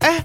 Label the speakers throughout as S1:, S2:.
S1: 哎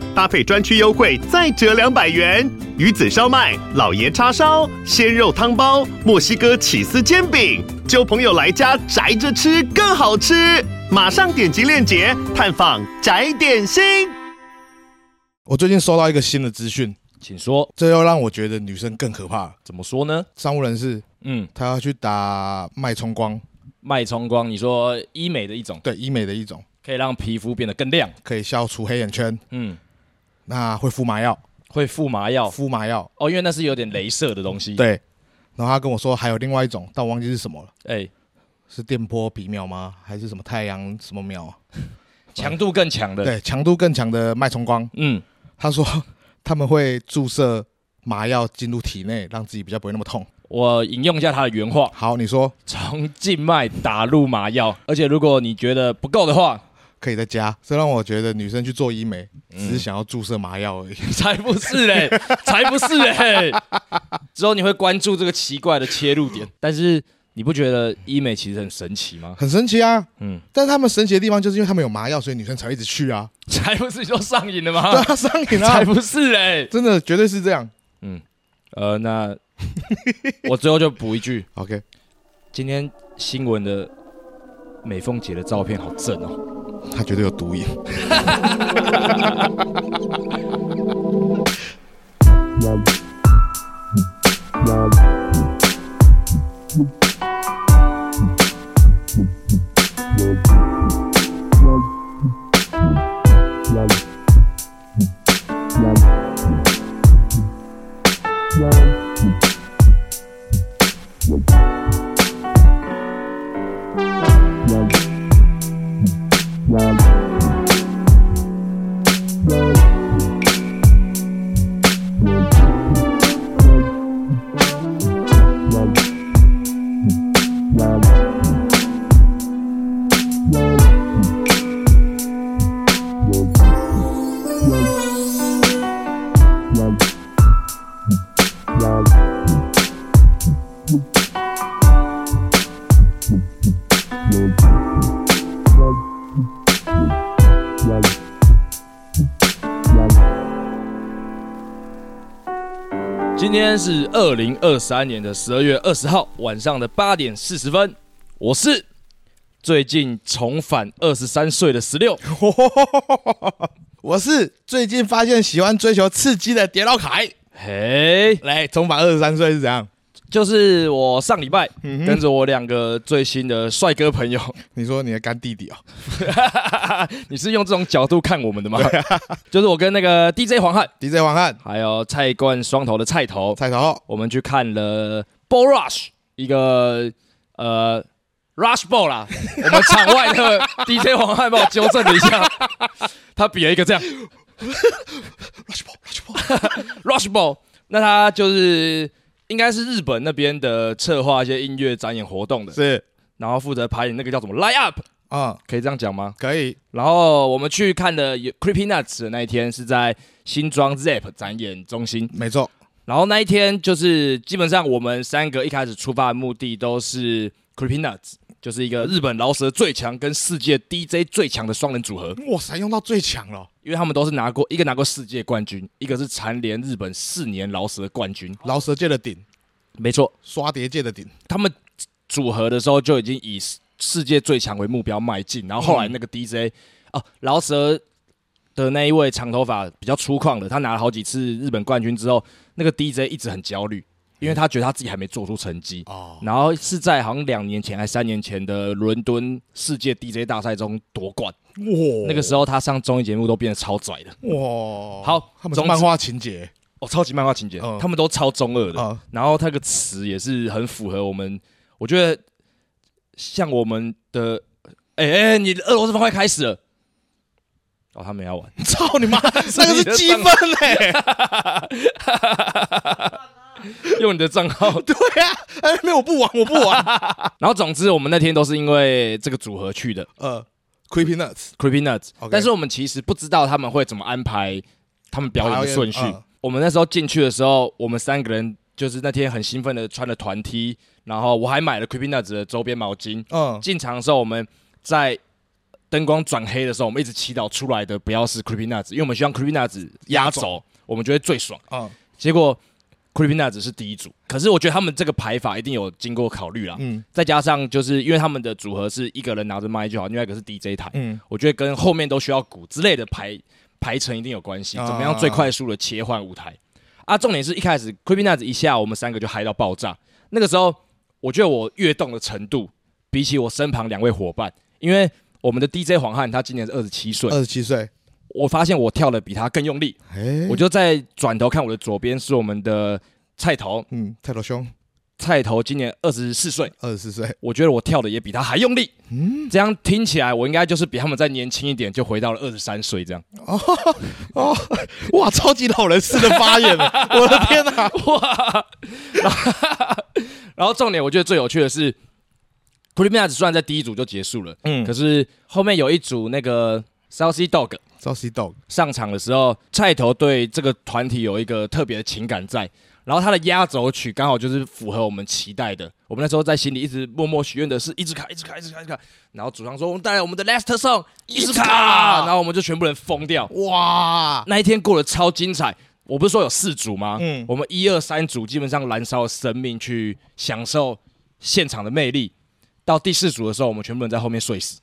S1: 搭配专区优惠再折两百元。鱼子烧麦、老爷叉烧、鲜肉汤包、墨西哥起司煎饼，交朋友来家宅着吃更好吃。马上点击链接探访宅点心。
S2: 我最近收到一个新的资讯，
S3: 请说，
S2: 这又让我觉得女生更可怕了。
S3: 怎么说呢？
S2: 商务人士
S3: 嗯，
S2: 他要去打脉冲光，
S3: 脉冲光，你说医美的一种，
S2: 对医美的一种，
S3: 可以让皮肤变得更亮，
S2: 可以消除黑眼圈，
S3: 嗯，
S2: 那会敷麻药，
S3: 会敷麻药
S2: 敷麻药，
S3: 哦，因为那是有点镭射的东西。，
S2: 对。然后他跟我说还有另外一种，但我忘记是什么了，
S3: 哎，
S2: 是电波皮秒吗？还是什么太阳什么秒啊？
S3: 强度更强的，
S2: 对，强度更强的脉冲光。
S3: 嗯，
S2: 他说 他们会注射麻药进入体内，让自己比较不会那么痛。
S3: 我引用一下他的原话：
S2: 好，你说
S3: 从静脉打入麻药，而且如果你觉得不够的话，
S2: 可以在家，这让我觉得女生去做医美只是想要注射麻药而已。
S3: 才不是嘞， 才不是嘞。之后你会关注这个奇怪的切入点，但是你不觉得医美其实很神奇吗？
S2: 很神奇啊！
S3: 嗯
S2: 嗯，但是他们神奇的地方就是因为他们有麻药，所以女生才会一直去啊，
S3: 才不是你说上瘾了吗
S2: 对？啊，上瘾
S3: 才
S2: 啊，
S3: 不是嘞。
S2: 真的绝对是这样。
S3: 呃， 那我最后就补一句：
S2: OK，
S3: 今天新闻的美凤姐的照片好正哦。
S2: 他绝对有毒瘾。
S3: 今天是二零二三年的十二月二十号晚上的八点四十分，我是最近重返二十三岁的十六，
S2: 我是最近发现喜欢追求刺激的叠老凯，
S3: 嘿，
S2: 来重返二十三岁是怎样？
S3: 就是我上礼拜
S2: 嗯
S3: 跟着我两个最新的帅 哥朋友，
S2: 你说你的干弟弟哦，
S3: 你是用这种角度看我们的吗？就是我跟那个 DJ 黄汉，
S2: ，DJ 王汉、
S3: 还有菜冠双头的菜头，
S2: 菜头、
S3: 我们去看了 Ball Rush 一个呃 Rush Ball 啦，我们场外的 DJ 黄汉帮我纠正了一下，他比了一个这样 Rush Ball Rush Ball Rush Ball，那他就是应该是日本那边的策划一些音乐展演活动的，
S2: 是
S3: 然后负责排演那个叫什么 Line Up，
S2: 啊、嗯，
S3: 可以这样讲吗？
S2: 可以
S3: 然后我们去看的 Creepy Nuts 的那一天是在新庄 Zep 展演中心，
S2: 没错，
S3: 然后那一天就是基本上我们三个一开始出发的目的都是 Creepy Nuts，就是一个日本饶舌最强跟世界 DJ 最强的双人组合，
S2: 哇塞，用到最强了，
S3: 因为他们都是拿过一个拿过世界冠军，一个是蝉联日本四年饶舌冠军。
S2: 饶舌界的顶，
S3: 没错，
S2: 刷碟界的顶，
S3: 他们组合的时候就已经以世世界最强为目标迈进，然后后来那个 DJ 哦、饶舌的那一位长头发比较粗犷的，他拿了好几次日本冠军之后，那个 DJ 一直很焦虑，因为他觉得他自己还没做出成绩。
S2: 哦
S3: 然后是在好像两年前还三年前的伦敦世界 DJ 大赛中夺冠，
S2: 哇，
S3: 那个时候他上综艺节目都变得超拽的，
S2: 哇，
S3: 好
S2: 他们是
S3: 总之
S2: 漫画情节
S3: 哦，超级漫画情节，
S2: 嗯
S3: 他们都超中二的。
S2: 啊，
S3: 然后它个词也是很符合我们，我觉得像我们的，哎、哎、你的俄罗斯方块开始了，哦，他们要玩，
S2: 操你妈，那个是积分嘞、
S3: 用你的账 号。
S2: 对啊，哎，没有，我不玩，我不玩。
S3: 然后总之，我们那天都是因为这个组合去的
S2: 呃，Creepy Nuts，
S3: Creepy Nuts，
S2: OK
S3: 但是我们其实不知道他们会怎么安排他们表演的顺序
S2: 表演嗯。
S3: 我们那时候进去的时候，我们三个人就是那天很兴奋的穿了团 T，然后我还买了 Creepy Nuts 的周边毛巾。
S2: 嗯，
S3: 进场的时候，我们在灯光转黑的时候，我们一直祈祷出来的不要是 Creepy Nuts，因为我们希望 Creepy Nuts 压轴，我们觉得最爽。
S2: 嗯，
S3: 结果 Creepy Nuts 是第一组，可是我觉得他们这个排法一定有经过考虑啦。
S2: 嗯
S3: 再加上就是因为他们的组合是一个人拿着麦就好，另外一个是 DJ 台，
S2: 嗯
S3: 我觉得跟后面都需要鼓之类的排排程一定有关系。
S2: 啊
S3: 怎么样最快速的切换舞台？啊，重点是一开始 Creepy Nuts 一下，我们三个就嗨到爆炸。那个时候，我觉得我跃动的程度，比起我身旁两位伙伴，因为我们的 DJ 黄汉他今年是二十七岁
S2: 二，十七岁，
S3: 我发现我跳的比他更用力。
S2: 哎
S3: 我就在转头看我的左边是我们的菜头，
S2: 嗯，泰斗兄
S3: 菜头今年二十四岁，
S2: 二十四岁，嗯
S3: 我觉得我跳的也比他还用力。这样听起来我应该就是比他们再年轻一点，就回到了二十三岁这样。
S2: 哦，哇，超级老人式的发 言了，我的天哪！
S3: 然后重点我觉得最有趣的是 c r e m i n a 虽然在第一组就结束了，
S2: 嗯
S3: 可是后面有一组那个 Saucy Dog
S2: 赵西 dog，
S3: 上场的时候，菜头对这个团体有一个特别的情感在。然后他的压轴曲刚好就是符合我们期待的，我们那时候在心里一直默默许愿的是一直卡，一直卡，一直卡，一直卡。然后主唱说我们带来我们的 last song，一直
S2: 卡
S3: 卡，然后我们就全部人疯掉。
S2: 哇，
S3: 那一天过得超精彩。我不是说有四组吗？
S2: 嗯
S3: 我们一二三组基本上燃烧生命去享受现场的魅力。到第四组的时候，我们全部人在后面睡死。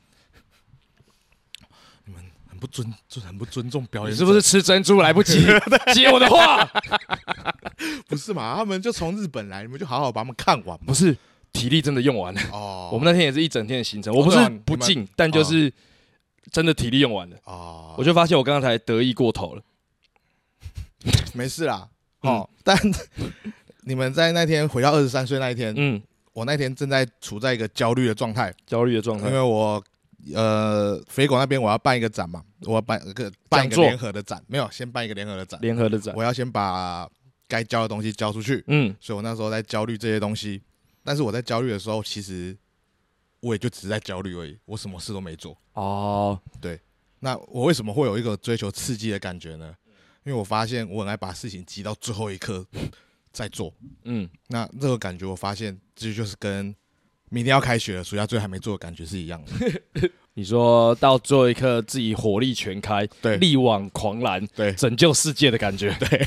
S2: 很不尊，尊很不尊重表
S3: 你
S2: 演，
S3: 是不是？吃珍珠来 不及接我的话？
S2: 不是嘛，他们就从日本来，你们就好好把他们看完嘛。
S3: 不是，体力真的用完了。
S2: 哦，
S3: 我们那天也是一整天的行程，我不
S2: 对啊
S3: 是
S2: 你们
S3: 不进，但就是真的体力用完了。
S2: 哦，
S3: 我就发现我刚才得意过头了。
S2: 没事啦。哦，但 你们在那天回到二十三岁那一天，
S3: 嗯，
S2: 我那天正在处在一个焦虑的状态，
S3: 焦虑的状
S2: 因
S3: 态。
S2: 为我呃肥狗那边我要办一个展嘛，我要办一个办一个
S3: 讲座
S2: 联合的展，没有先办一个联合的展，
S3: 联合的展，
S2: 我要先把该交的东西交出去，
S3: 嗯，
S2: 所以我那时候在焦虑这些东西。但是我在焦虑的时候，其实我也就只是在焦虑而已，我什么事都没做。
S3: 哦，
S2: 那我为什么会有一个追求刺激的感觉呢？因为我发现我很爱把事情积到最后一刻再做。
S3: 嗯，
S2: 那这个感觉，我发现这就是跟明天要开学了，暑假作业还没做的感觉是一样 的。
S3: 你说到最后一刻自己火力全开，
S2: 对
S3: 力挽狂澜，
S2: 对
S3: 拯救世界的感觉。对，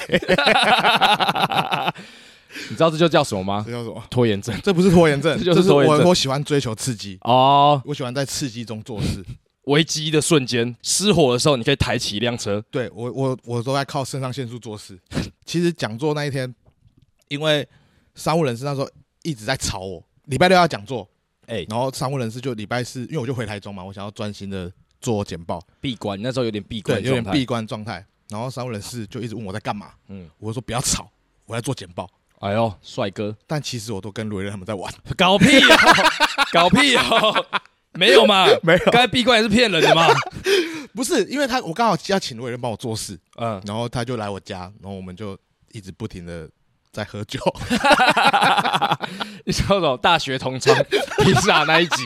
S3: 你知道这就叫什么吗
S2: 这？叫什么？
S3: 拖延症。
S2: 这不是拖延症，
S3: 这就是
S2: 是
S3: 拖延症
S2: 我我喜欢追求刺激，
S3: 哦，
S2: 我喜欢在刺激中做 事。
S3: 危机的瞬间，失火的时候，你可以抬起一辆车。
S2: 对我，我我都在靠肾上腺素做事。其实讲座那一天，因为商务人士那时候一直在吵我，礼拜六要讲座，
S3: 哎，
S2: 然后商务人士就礼拜四，因为我就回台中嘛，我想要专心的做简报，
S3: 闭关，你那时候有点闭关，
S2: 对，有点闭。关状态。然后商务人士就一直问我在干嘛，
S3: 嗯
S2: 嗯，我就说不要吵，我在做简报。
S3: 哎呦，帅哥，
S2: 但其实我都跟罗仁他们在玩，
S3: 搞屁哦，搞屁哦，没有嘛，
S2: 没有
S3: 刚才闭关也是骗人的嘛。
S2: 不是因为他，我刚好要请罗仁帮我做事，
S3: 嗯，
S2: 然后他就来我家，然后我们就一直不停的在喝酒，
S3: 你知道什么？大学同 窗披萨那一集，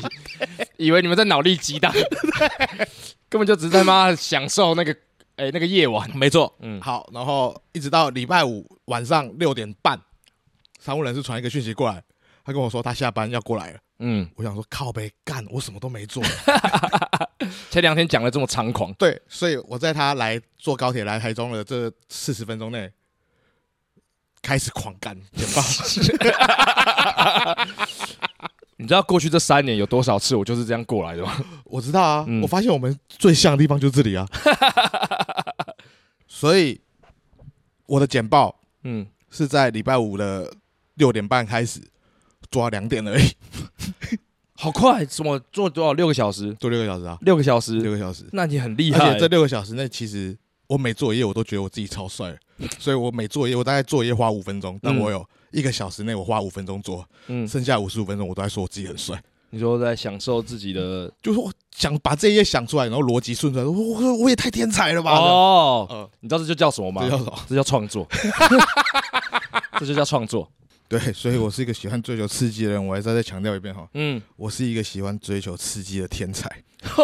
S3: 以为你们在脑力激荡，根本就只是在妈享受那个哎、那个夜晚。
S2: 没错，
S3: 嗯
S2: 嗯，好，然后一直到礼拜五晚上六点半，商务人士传一个讯息过来，他跟我说他下班要过来了。
S3: 嗯，
S2: 我想说靠呗，干，我什么都没做。
S3: 前两天讲的这么猖狂，
S2: 对，所以我在他来坐高铁来台中的这四十分钟内，开始狂干简报。
S3: 你知道过去这三年有多少次我就是这样过来的吗？
S2: 我知道啊，
S3: 嗯
S2: 我发现我们最像的地方就是这里啊。所以我的简报
S3: 嗯，
S2: 是在礼拜五的六点半开始，做到两点而 已，
S3: 好快，什么做多少六个小时？
S2: 做六个小时啊，
S3: 六个小时，
S2: 六个小时。
S3: 那你很厉
S2: 而
S3: 害
S2: 且这。六个小时内，其实我每做一页，我都觉得我自己超 帅的，所以我每做一页，我大概做一页花五分钟，但
S3: 嗯
S2: 我有一个小时内我花五分钟做，
S3: 嗯，
S2: 剩下五十五分钟我都在说我自己很帅，
S3: 你说在享受自己的
S2: 就是我想把这一页想出来，然后逻辑顺出来，我我我也太天才了吧！
S3: 哦
S2: 嗯，
S3: 你知道这就叫什么吗？
S2: 这叫什么？
S3: 这叫创作。这就叫创作。
S2: 对，所以我是一个喜欢追求刺激的人。我还是要再强调一遍哈，
S3: 嗯，
S2: 我是一个喜欢追求刺激的天才。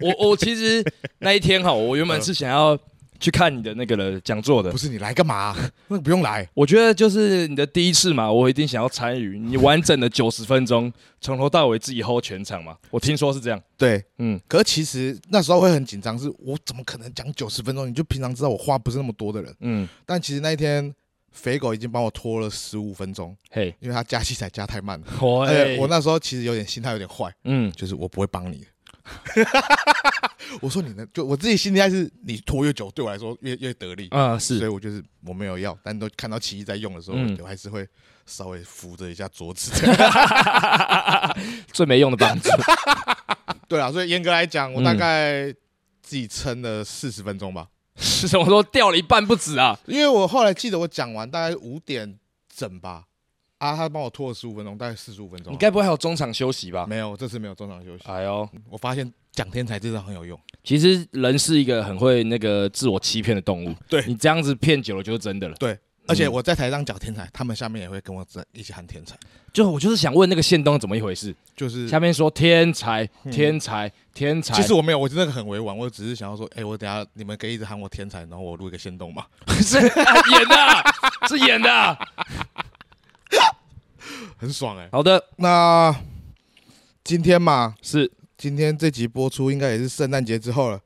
S3: 我我其实那一天哈，我原本是想要去看你的那个了讲座的
S2: 不，是你来干嘛？啊那个不用来。
S3: 我觉得就是你的第一次嘛，我一定想要参与你完整的九十分钟，从头到尾自己 hold 全场嘛。我听说是这样，
S2: 对，
S3: 嗯，
S2: 可是其实那时候会很紧张，是我怎么可能讲九十分钟？你就平常知道我话不是那么多的人，
S3: 嗯，
S2: 但其实那一天肥狗已经帮我拖了十五分钟，
S3: 嘿，
S2: 因为他加器材加太慢了。
S3: 我哎
S2: 而哎且我那时候其实有点心态有点坏，
S3: 嗯，
S2: 就是我不会帮你。 我说你能就我自己心态是，你拖越久对我来说越越得力，
S3: 啊
S2: 所以
S3: 是，
S2: 我就是我没有要，但都看到奇艺在用的时候，
S3: 嗯
S2: 我还是会稍微扶着一下桌子。
S3: 最没用的帮助，
S2: 对啊，所以严格来讲，我大概自己撑了四十分钟吧，
S3: 是什么说掉了一半不止啊？
S2: 因为我后来记得我讲完大概五点整吧，啊，他帮我拖了十五分钟，大概四十五分钟。
S3: 你该不会还有中场休息吧？
S2: 没有，这次没有中场休息。
S3: 哎呦，
S2: 我发现讲天才真的很有用。
S3: 其实人是一个很会那个自我欺骗的动物，
S2: 对
S3: 你这样子骗久了就是真的了。
S2: 对，而且我在台上讲天才，他们下面也会跟我在一起喊天才，
S3: 就我就是想问那个线东怎么一回事？
S2: 就是
S3: 下面说天才，天才，天才，
S2: 其实我没有，我真的很委婉，我只是想要说，哎、我等一下你们可以一直喊我天才，然后我录一个先动嘛。
S3: 是演的啊，是演的啊。
S2: 很爽哎、
S3: 好的，
S2: 那今天嘛，
S3: 是
S2: 今天这集播出应该也是圣诞节之后了。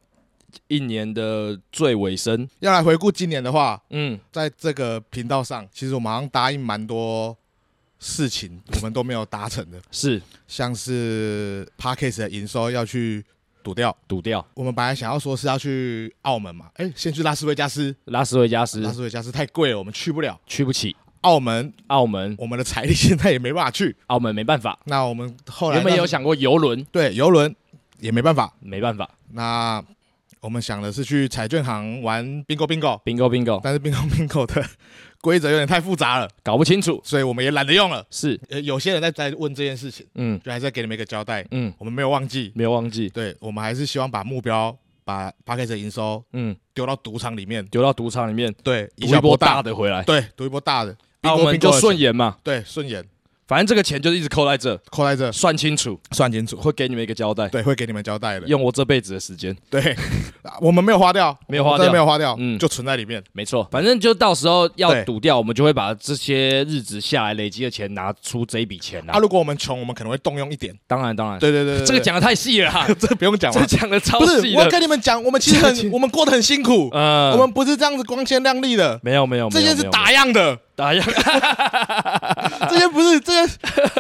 S3: 一年的最尾声。
S2: 要来回顾今年的话，
S3: 嗯，
S2: 在这个频道上，其实我们好像答应蛮多事 情，我们都没有达成的，
S3: 是
S2: 像是 p a c k a s e 的营收要去赌掉。
S3: 赌掉
S2: 我们本来想要说是要去澳门嘛，哎、先去拉斯维加斯，
S3: 拉斯维加斯
S2: 拉，斯维加斯太贵了，我们去不了。
S3: 去不起
S2: 澳门，
S3: 澳门，
S2: 我们的财力现在也没办法去。
S3: 澳门没办法。
S2: 那我们后来
S3: 原本也有
S2: 那
S3: 想过游轮，
S2: 对游轮也没办法。
S3: 没办法。
S2: 那我们想的是去彩券行玩 bingo bingo，
S3: bingo bingo，
S2: 但是 bingo bingo 的规则有点太复杂了，
S3: 搞不清楚。
S2: 所以我们也懒得用了。
S3: 是，
S2: 呃，有些人在在问这件事情，
S3: 嗯
S2: 就还是要给你们一个交代。
S3: 嗯，
S2: 我们没有忘记，
S3: 没有忘记。
S2: 对我们还是希望把目标把 p a c k a g e 营收
S3: 嗯，
S2: 丢到赌场里面，
S3: 丢到赌场里面
S2: 对，
S3: 赌
S2: 以小
S3: 一波
S2: 博
S3: 大
S2: 大，
S3: 的回来，
S2: 对，赌一波大的。
S3: 那我
S2: bingo
S3: 们就
S2: bingo 的
S3: 顺
S2: 钱
S3: 延嘛。
S2: 对顺眼，
S3: 反正这个钱就是一直扣在这，
S2: 扣在这
S3: 算清楚，
S2: 算清楚，
S3: 会给你们一个交代，
S2: 对，会给你们交代的。
S3: 用我这辈子的时间。
S2: 对，啊我们没有花掉，
S3: 没有花掉
S2: 我们真的没有花掉，
S3: 嗯
S2: 就存在里面。
S3: 没错，反正就到时候要
S2: 对
S3: 赌掉，我们就会把这些日子下来累积的钱拿出这一笔钱
S2: 啊，
S3: 啦。
S2: 如果我们穷，我们可能会动用一点。
S3: 当然，当然，
S2: 对对对对，对
S3: 啊 这个，讲的太细了啦，
S2: 这个不用讲
S3: 这
S2: 了。
S3: 讲的超
S2: 不是
S3: 细，
S2: 我要
S3: 的。
S2: 跟你们讲，我们其实
S3: 这个
S2: 很，我们过得很辛苦，
S3: 嗯
S2: 我们不是这样子光鲜亮丽的，
S3: 没有没有，
S2: 这些
S3: 没
S2: 是
S3: 有
S2: 打样的，
S3: 打样，
S2: 这些不是，这些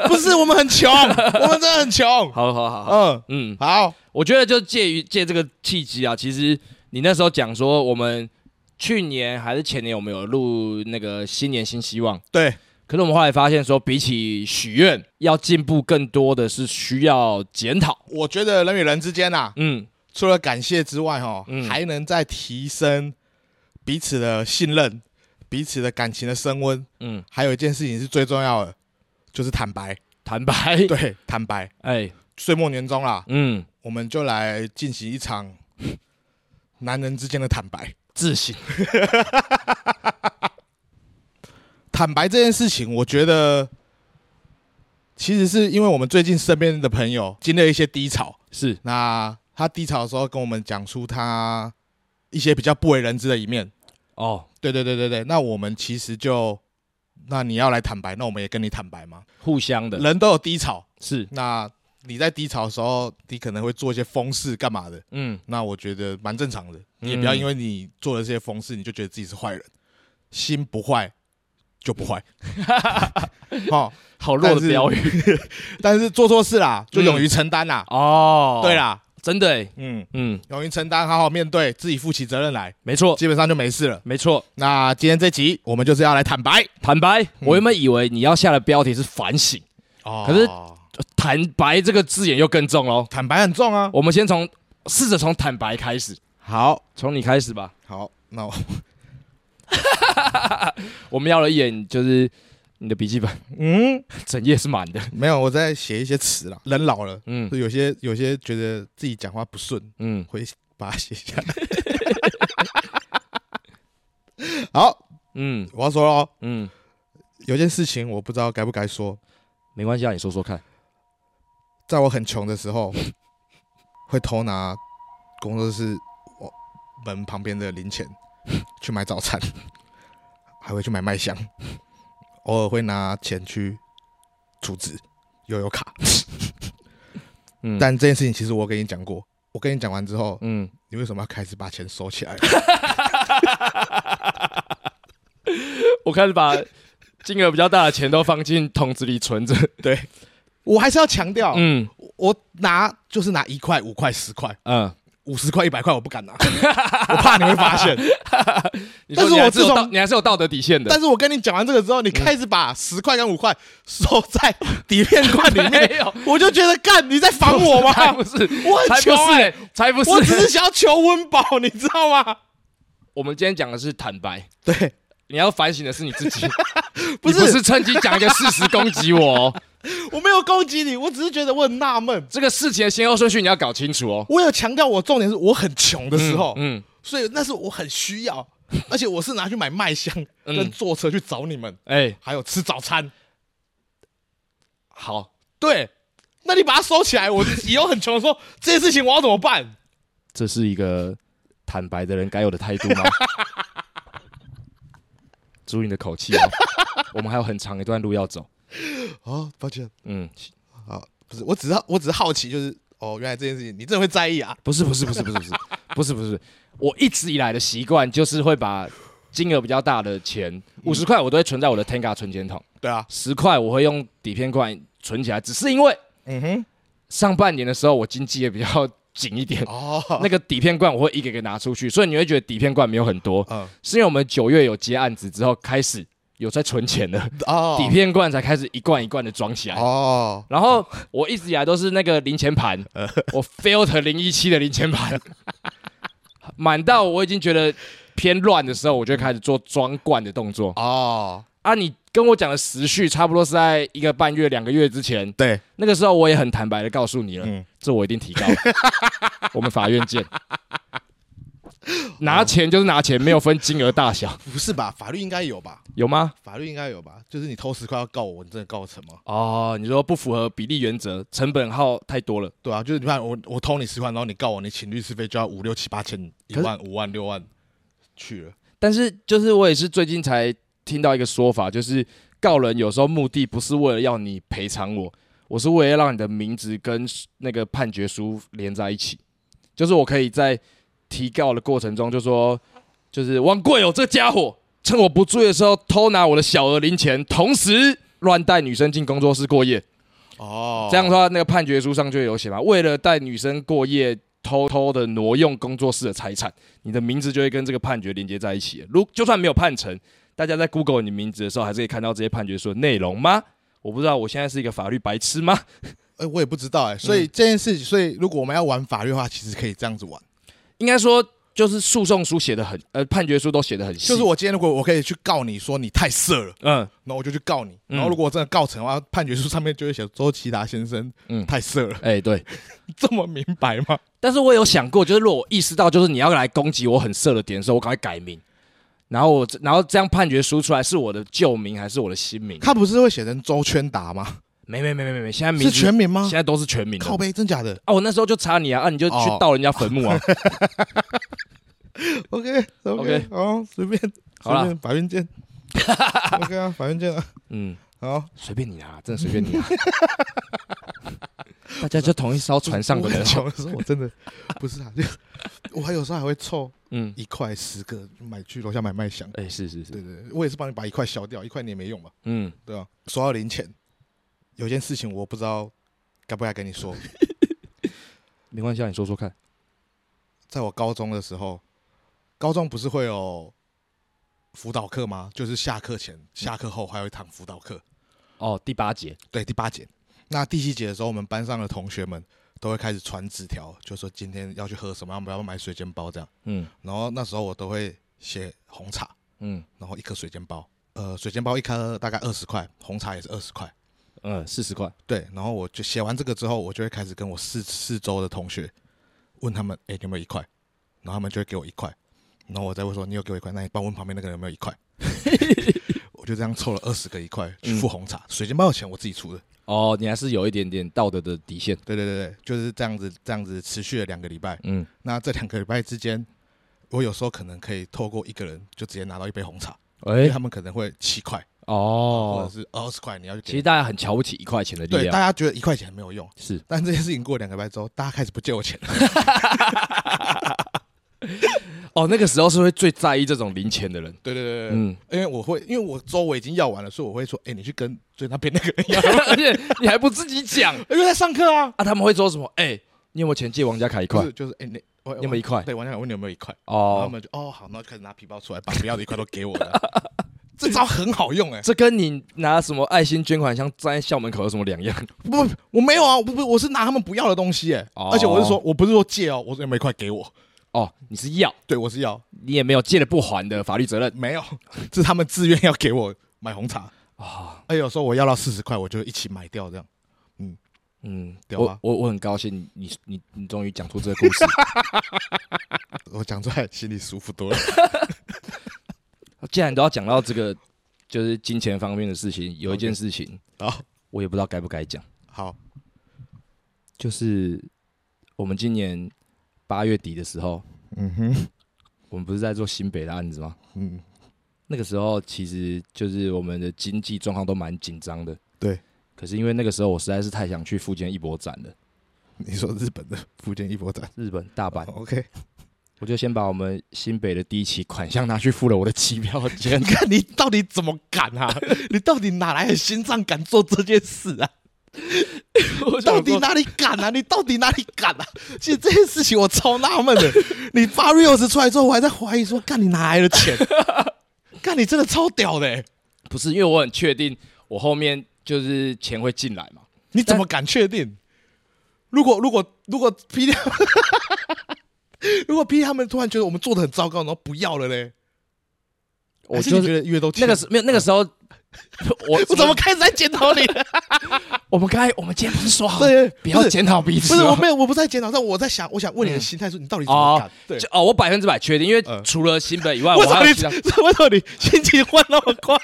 S2: 不是，我们很 穷，我们真的很穷。
S3: 好好好好，
S2: 嗯，
S3: 嗯，
S2: 好，
S3: 我觉得就介于借这个契机啊，其实你那时候讲说我们去年还是前年，我们有录那个新年新希望，
S2: 对
S3: 可是我们后来发现说，比起许愿，要进步更多的是需要检讨。
S2: 我觉得人与人之间呐、啊，
S3: 嗯，
S2: 除了感谢之外，哈
S3: 嗯，
S2: 还能再提升彼此的信任，彼此的感情的升温。
S3: 嗯，
S2: 还有一件事情是最重要的，就是坦白。
S3: 坦白，
S2: 对，坦白。
S3: 哎，
S2: 岁末年终啦，
S3: 嗯，
S2: 我们就来进行一场男人之间的坦白。
S3: 自省，
S2: 坦白这件事情，我觉得其实是因为我们最近身边的朋友经历了一些低潮，
S3: 是
S2: 那他低潮的时候跟我们讲出他一些比较不为人知的一面。
S3: 哦，
S2: 对对对对对，那我们其实就，那你要来坦白，那我们也跟你坦白嘛。
S3: 互相的，
S2: 人都有低潮，
S3: 是，
S2: 那你在低潮的时候，你可能会做一些疯事干嘛的，
S3: 嗯，
S2: 那我觉得蛮正常的。你也不要
S3: 嗯
S2: 因为你做了这些疯事，你就觉得自己是坏人，心不坏就不 坏。哦，
S3: 好弱
S2: 但
S3: 的
S2: 是
S3: 标 语，
S2: 但是做错事啦，就勇于承担啦。
S3: 嗯哦，
S2: 对，啦，
S3: 真的欸，
S2: 嗯，
S3: 嗯，
S2: 勇于承担，好好面对，自己负起责任来，
S3: 没错，
S2: 基本上就没事了。
S3: 没错，
S2: 那今天这集我们就是要来坦白
S3: 坦白，我原本以为你要下的标题是反省，
S2: 哦
S3: 可是坦白这个字眼又更重喽。
S2: 坦白很重啊。
S3: 我们先从试着从坦白开始，
S2: 好，
S3: 从你开始吧。
S2: 好，那我
S3: 我们要了一眼就是你的笔记本，
S2: 嗯，
S3: 整页是满的。
S2: 没有，我在写一些词啦。人老了，
S3: 嗯
S2: 有些有些觉得自己讲话不顺，
S3: 嗯，
S2: 会把它写下来。好，
S3: 嗯
S2: 我要说哦，
S3: 嗯，
S2: 有件事情我不知道该不该说，
S3: 没关系啊，你说说看。
S2: 在我很穷的时候，会偷拿工作室我门旁边的零钱去买早餐，还会去买麦香，偶尔会拿钱去储值悠游卡。
S3: 嗯，
S2: 但这件事情其实我跟你讲过，我跟你讲完之后，
S3: 嗯，
S2: 你为什么要开始把钱收起来？
S3: 我开始把金额比较大的钱都放进桶子里存着。
S2: 我还是要强调，
S3: 嗯
S2: 我拿就是拿一块、五块、十块、
S3: 嗯，
S2: 五十块、一百块，我不敢拿，我怕你会发现。
S3: 你
S2: 但
S3: 说
S2: 是我
S3: 你还是有
S2: 自从
S3: 道你还是有道德底线的。
S2: 但是我跟你讲完这个之后，
S3: 嗯
S2: 你开始把十块跟五块收在底片罐里
S3: 没
S2: 面，
S3: 有
S2: 我就觉得干你在防我
S3: 才
S2: 吗
S3: 不？是，啊
S2: 我很
S3: 才不
S2: 穷
S3: 是
S2: 欸
S3: 欸， 才不是。
S2: 我只是想要求温饱，你知道吗？
S3: 我们今天讲的是坦白，
S2: 对，
S3: 你要反省的是你自己，
S2: 不
S3: 你
S2: 是
S3: 不是趁机讲一个事实攻击我、哦。
S2: 我没有攻击你，我只是觉得我很纳闷。
S3: 这个事情的先后顺序你要搞清楚哦。
S2: 我有强调，我重点是我很穷的时候，
S3: 嗯，嗯
S2: 所以那是我很需要，而且我是拿去买麦香
S3: 嗯
S2: 跟坐车去找你们，
S3: 哎、
S2: 还有吃早餐。
S3: 好，
S2: 对，那你把它收起来，我以后很穷的时候，这件事情我要怎么办？
S3: 这是一个坦白的人该有的态度 吗？注意你的口气哦，我们还有很长一段路要走。
S2: 哦，抱歉。
S3: 嗯，
S2: 不是，我只是我只是好奇，就是哦，原来这件事情你真的会在意啊？
S3: 不是不是不是不是不是不是不是，我一直以来的习惯就是会把金额比较大的钱，
S2: 嗯
S3: 五十块我都会存在我的 Tenga 存钱筒，
S2: 对啊，
S3: 十块我会用底片罐存起来，只是因为
S2: 嗯哼，
S3: 上半年的时候我经济也比较紧一点，
S2: 哦，
S3: 那个底片罐我会一个一个拿出去，所以你会觉得底片罐没有很多，
S2: 嗯，
S3: 是因为我们九月有接案子之后开始有在存钱了，
S2: 哦，
S3: 底片罐才开始一罐一罐的装起来。
S2: 哦，
S3: 然后我一直以来都是那个零钱 盘，我 filter 零一七的零钱盘，满到我已经觉得偏乱的时候，我就开始做装罐的动作。
S2: 哦，
S3: 啊，你跟我讲的时序差不多是在一个半月、两个月之前，
S2: 对，
S3: 那个时候我也很坦白的告诉你了，
S2: 嗯
S3: 这我一定 提高，我们法院见。拿钱就是拿钱，没有分金额大小，
S2: 不是吧？法律应该有吧？
S3: 有吗？
S2: 法律应该有吧？就是你偷十块要告我，你真的告得成吗？
S3: 哦，你说不符合比例原则，成本耗太多了。
S2: 对啊，就是你看我我偷你十块，然后你告我，你请律师费就要五六七八千，一
S3: 可是
S2: 万五万六万去了。
S3: 但是就是我也是最近才听到一个说法，就是告人有时候目的不是为了要你赔偿我，我是为了让你的名字跟那个判决书连在一起，就是我可以在提告的过程中就说，就是王贵友这家伙趁我不注意的时候偷拿我的小额零钱，同时乱带女生进工作室过夜，
S2: 哦
S3: 这样的话那个判决书上就有写嘛，为了带女生过夜。偷偷的挪用工作室的财产，你的名字就会跟这个判决连接在一起了。如就算没有判成，大家在 Google 你名字的时候，还是可以看到这些判决书的内容吗？我不知道，我现在是一个法律白痴吗？
S2: 哎、我也不知道哎、所以这件事情，所以如果我们要玩法律的话，其实可以这样子玩。
S3: 应该说，就是诉讼书写的很，呃，判决书都写的很细。
S2: 就是，我今天如果我可以去告你说你太色了，
S3: 嗯，
S2: 然后我就去告你，
S3: 嗯
S2: 然后如果我真的告成的话，判决书上面就会写周其达先生，
S3: 嗯
S2: 嗯，太色了，
S3: 哎、对。
S2: 这么明白吗？
S3: 但是我有想过，就是如果我意识到就是你要来攻击我很色的点的时候，我赶快改名，然后我然后这样判决书出来是我的旧名还是我的新名？
S2: 他不是会写成周圈达吗？
S3: 没没没没没没，现在名字
S2: 是全名吗
S3: 现？在都是全名的。
S2: 靠背，真假 的
S3: 啊，我那时候就查你啊，啊，你就去
S2: 哦
S3: 盗人家坟 墓啊。
S2: ？OK OK，好，随便，
S3: 好啦
S2: 随便，法院 见。OK 啊，法院见啊。
S3: 嗯，
S2: 好，
S3: 随便你啊，真的随便你 啊。大家就同一艘船上的
S2: 我很
S3: 人。
S2: 穷的时候，我真的不是啊，就我还有时候还会凑
S3: 嗯，
S2: 一块十个买去楼下买麦香。
S3: 哎、是是是，
S2: 对对，对我也是帮你把一块削掉，一块你也没用嘛，
S3: 嗯，
S2: 对吧？说到零钱，有件事情我不知道该不该跟你说。
S3: 没关系，啊，你说说看。
S2: 在我高中的时候，高中不是会有辅导课吗？就是下课前、下课后还有一堂辅导课，
S3: 哦，第八节，
S2: 对，第八节。那第七节的时候，我们班上的同学们都会开始传纸条，就说今天要去喝什么，要不要买水煎包这样。
S3: 嗯
S2: 然后那时候我都会写红茶，
S3: 嗯
S2: 然后一颗水煎包，呃，水煎包一颗大概二十块，红茶也是二十块。
S3: 嗯，四十块。
S2: 对，然后我就写完这个之后，我就会开始跟我四四周的同学问他们，哎、你有 没有一块？然后他们就会给我一块，然后我再会说，你有给我一块，那你帮我问旁边那个人有没有一块？我就这样凑了二十个一块去
S3: 嗯
S2: 付红茶，水晶包的钱我自己出的。
S3: 哦，你还是有一点点道德的底线。
S2: 对对对对，就是这样子，这样子持续了两个礼拜。
S3: 嗯，
S2: 那这两个礼拜之间，我有时候可能可以透过一个人就直接拿到一杯红茶，因
S3: 哎
S2: 为他们可能会七块或者
S3: 哦，
S2: 是二十块，你要去给
S3: 其实大家很瞧不起一块钱的力
S2: 对大
S3: 量，
S2: 家觉得一块钱没有用，
S3: 是
S2: 但这件事情过两个礼拜之后，大家开始不借我钱了。
S3: 哦，那个时候是会最在意这种零钱的人。
S2: 对对对对对，
S3: 嗯，
S2: 因为我会，因为我周围已经要完了，所以我会说，哎、你去跟最那边那个人要，
S3: 而且你还不自己讲
S2: 因为在上课啊。
S3: 啊？他们会说什么？哎、你有没有钱借王家凯一块
S2: 就？是就是，哎、你我
S3: 你有没有一块
S2: 对，王家凯问你有没有一块，然后他
S3: 哦，
S2: 们就哦好，那就开始拿皮包出来，把不要的一块都给我 了。这招很好用哎、
S3: 这跟你拿什么爱心捐款箱站在校门口有什么两样？
S2: 不，我没有啊，我不不，我是拿他们不要的东西哎、
S3: 哦
S2: 而且我是说，我不是说借哦，我说有没有一块给我？
S3: 哦，你是要，
S2: 对，我是要，
S3: 你也没有借了不还的法律责任
S2: 没有，这是他们自愿要给我买红茶，
S3: 啊、
S2: 哎，有时候我要到四十块，我就一起买掉这样。
S3: 嗯，
S2: 屌啊
S3: 我
S2: 吧
S3: 我我很高兴，你你你终于讲出这个 故事。
S2: 我讲出来心里舒服多了。
S3: 哦既然都要讲到这个，就是金钱方面的事情，有一件事情
S2: 好，
S3: 我也不知道该不该讲，
S2: 好，
S3: 就是我们今年八月底的时候，
S2: 嗯哼，
S3: 我们不是在做新北的案子吗？
S2: 嗯，
S3: 那个时候其实就是我们的经济状况都蛮紧张的。
S2: 对。
S3: 可是因为那个时候我实在是太想去福建一博展了，
S2: 你说日本的福建一博展
S3: 日本大阪，
S2: ，OK？
S3: 我就先把我们新北的第一期款项拿去付了我的机票 钱
S2: 你。看你到底怎么敢啊？你到底哪来的心脏敢做这件事啊？
S3: 我
S2: 到
S3: 想说
S2: 底哪里敢啊？你到底哪里敢啊？其实这件事情我超纳闷的。你发 reels 出来之后，我还在怀疑说，干你哪来的钱？干你真的超屌的欸、
S3: 不是因为我很确定我后面就是钱会进来嘛，
S2: 你怎么敢确定？如果如果如果 P 掉， 如果 P 他们突然觉得我们做的很糟糕，然后不要了嘞，
S3: 我
S2: 还是
S3: 就
S2: 你
S3: 是
S2: 觉得越都
S3: 那个时没有那 个时候，我
S2: 我怎么开始在检讨你？
S3: 我们刚才我们今天不是说好
S2: 对
S3: 不要
S2: 不是
S3: 检讨彼
S2: 不
S3: 此
S2: 是，
S3: 吗
S2: 我没有，我不是在检讨，但我在想，我想问你的心态，说你到底怎么
S3: 哦
S2: 敢？对
S3: 就，哦，我百分之百确定，因为
S2: 嗯
S3: 除了新北以 外，
S2: 为
S3: 我
S2: 什
S3: 还
S2: 么
S3: 有
S2: 你
S3: 其他
S2: 为什么你心情换那么 快？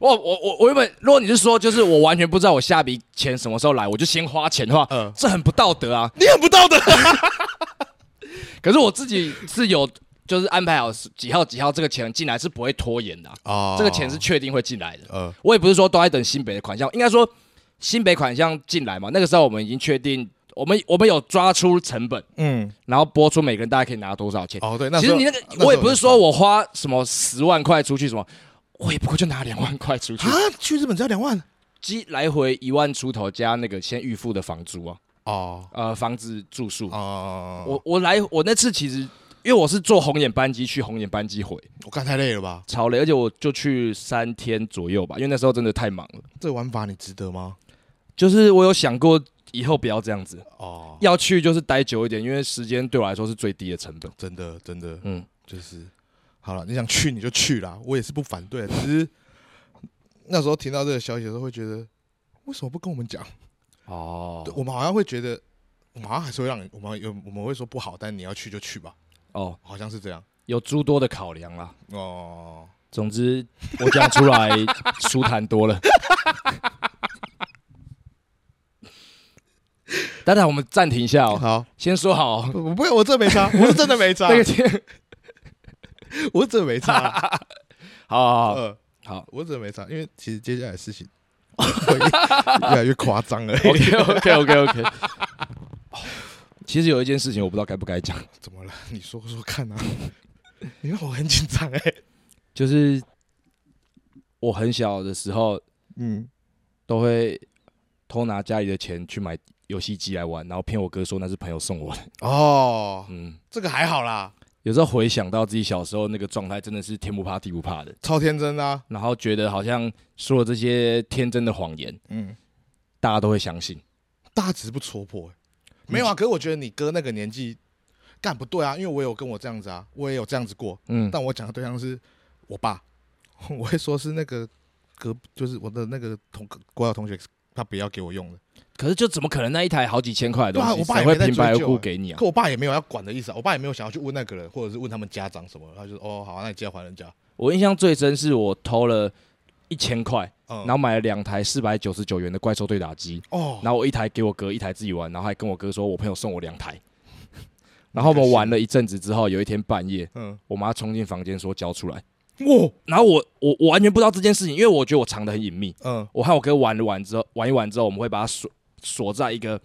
S3: 我我我我原本，如果你是说就是我完全不知道我下笔钱什么时候来，我就先花钱的话，
S2: 嗯
S3: 这很不道德啊。
S2: 你很不道德。
S3: 可是我自己是有就是安排好几号几号这个钱进来是不会拖延的啊、
S2: 哦
S3: 这个钱是确定会进来的。
S2: 呃
S3: 我也不是说都在等新北的款项，应该说新北款项进来嘛，那个时候我们已经确定，我们我们有抓出成本，
S2: 嗯
S3: 然后拨出每个人大概可以拿多少钱。
S2: 哦对，那
S3: 其
S2: 时
S3: 实
S2: 候
S3: 你那
S2: 时
S3: 个，
S2: 候哦
S3: 我也不是说我花什么十万块出去什么，我也不过就拿两万块出去，
S2: 啊去日本只要两万
S3: 机来回一万出头加那个先预付的房租啊，
S2: 哦
S3: 呃，房子住宿。
S2: 哦，
S3: 我我来我那次其实因为我是坐红眼班机去，红眼班机回，
S2: 我看太累了吧？
S3: 超累，而且我就去三天左右吧，因为那时候真的太忙了。
S2: 这玩法你值得吗？
S3: 就是我有想过以后不要这样子，
S2: 哦，
S3: 要去就是待久一点，因为时间对我来说是最低的成本。
S2: 真的真的
S3: 嗯，
S2: 就是好了，你想去你就去啦，我也是不反对，只是那时候听到这个消息的时候会觉得为什么不跟我们讲？
S3: 哦
S2: 对我们好像会觉得。我们好像还是会让你，我们有我们会说不好，但你要去就去吧，
S3: 哦，
S2: 好像是这样
S3: 有诸多的考量啦。
S2: 哦。
S3: 总之，我讲出来舒坦多了。 当然，我们暂停一下哦。
S2: 好，
S3: 先说好 哦，
S2: 我不会，我这没差，我是真的没差
S3: 那，个天，
S2: 我真的没 差。
S3: 好好好
S2: 呃，
S3: 好
S2: 我真的没差，因为其实接下来的事 情会越来越夸张 了。
S3: ，OK OK OK OK。其实有一件事情我不知道该不该讲，
S2: 怎么了？你说说看啊！ 你让我很紧张哎。
S3: 就是我很小的时候
S2: 嗯，
S3: 都会偷拿家里的钱去买游戏机来玩，然后骗我哥说那是朋友送我的。
S2: 哦，
S3: 嗯，
S2: 这个还好啦，
S3: 有时候回想到自己小时候那个状态，真的是天不怕地不怕的。
S2: 超天真啊。
S3: 然后觉得好像说了这些天真的谎言，
S2: 嗯，
S3: 大家都会相信。
S2: 大家只是不戳破、欸。没有啊，可是我觉得你哥那个年纪干不对啊，因为我有跟我这样子啊，我也有这样子过，
S3: 嗯，
S2: 但我讲的对象是我爸， 我会说是那个隔，就是我的那个同国小同学，他不要给我用的。
S3: 可是就怎么可能那一台好几千块的东
S2: 对啊
S3: 西，
S2: 我爸
S3: 谁
S2: 也没
S3: 会
S2: 在
S3: 平白
S2: 追
S3: 无
S2: 究
S3: 故
S2: 欸
S3: 给你啊？
S2: 可我爸也没有要管的意思啊，我爸也没有想要去问那个人，或者是问他们家长什么，他就说哦好啊、那你接还人家。
S3: 我印象最深是我偷了一千块，
S2: 嗯
S3: 然后买了两台四百九十九元的怪兽对打机，
S2: 哦，
S3: 然后我一台给我哥，一台自己玩，然后还跟我哥说我朋友送我 两台。然后我们玩了一阵子之后，有一天半夜，
S2: 嗯，哦
S3: 我妈冲进房间说交出来，
S2: 哇，
S3: 然后我我我完全不知道这件事情，因为我觉得我藏得很隐秘。
S2: 嗯，
S3: 我和我哥玩完之后，玩一玩之后，我们会把它锁锁在一个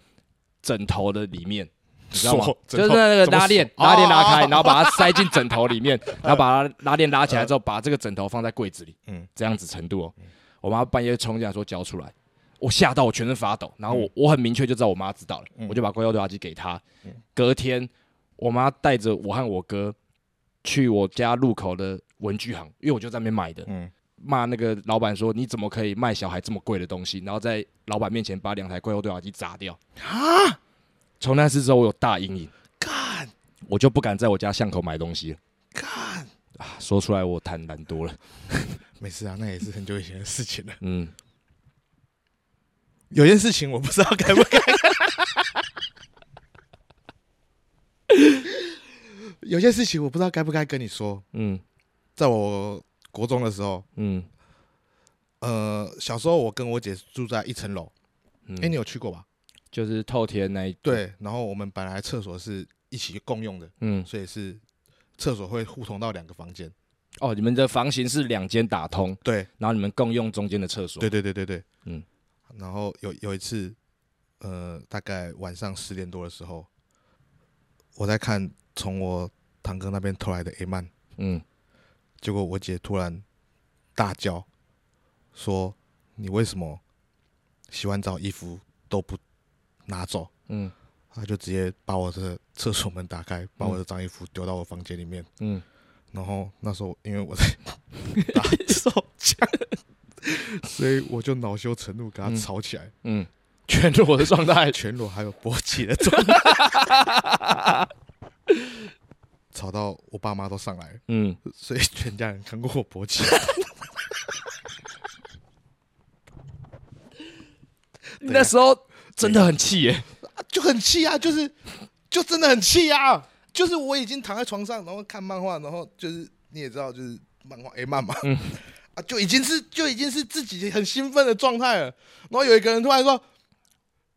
S3: 枕头的里面，你知道吗
S2: 锁？
S3: 就
S2: 枕
S3: 是
S2: 头
S3: 那个
S2: 怎么
S3: 拉链，
S2: 锁
S3: 拉链拉
S2: 哦
S3: 开，然后把它塞进枕头 里面，然后把它拉链拉起来之后，把这个枕头放在柜子里，
S2: 嗯
S3: 嗯，这样子程度哦。我妈半夜冲进来说交出来，我吓到我全身发抖，然后
S2: 嗯
S3: 我我很明确就知道我妈知道了，我就把怪兽对话机给她。
S2: 嗯
S3: 隔天，我妈带着我和我哥去我家路口的文具行，因为我就在那边买的，
S2: 嗯
S3: 骂那个老板说：“你怎么可以卖小孩这么贵的东西？”然后在老板面前把两台怪兽对话机砸掉。
S2: 啊，
S3: 从那次之后，我有大阴影，
S2: 干
S3: 我就不敢在我家巷口买东西了。
S2: 干，
S3: 啊说出来我坦然多了。
S2: 没事啊，那也是很久以前的事情了。
S3: 嗯，
S2: 有件事情我不知道该不该， 有件事情我不知道该不该跟你说。
S3: 嗯
S2: 在我国中的时候，
S3: 嗯
S2: 呃，小时候我跟我姐住在一层楼，
S3: 嗯，
S2: 哎、你有去过吧？
S3: 就是透天那一，
S2: 对，然后我们本来厕所是一起共用的，
S3: 嗯，
S2: 所以是厕所会互通到两个房间。
S3: 哦，你们的房型是两间打通，
S2: 对，
S3: 然后你们共用中间的厕所。
S2: 对对对对对，
S3: 嗯。
S2: 然后有有一次，呃，大概晚上十点多的时候，我在看从我堂哥那边偷来的 A 曼，
S3: 嗯，
S2: 结果我姐突然大叫说：“你为什么洗完澡衣服都不拿走？”
S3: 嗯
S2: 她就直接把我的厕所门打开，把我的脏衣服丢到我房间里面。
S3: 嗯
S2: 然后那时候因为我在 打手枪，所以我就恼羞成怒跟她吵起来，，
S3: 嗯，全裸的状 态
S2: 全裸还有勃起的状态，吵到我爸妈都上来了，
S3: 嗯，
S2: 所以全家人看过我勃起。啊
S3: 那时候真的很气耶。
S2: 就很气啊，就是就真的很气啊，就是我已经躺在床上，然后看漫画，然后就是你也知道，就是漫画 A 漫嘛，啊，就已经是就已经是自己很兴奋的状态了。然后有一个人突然说：“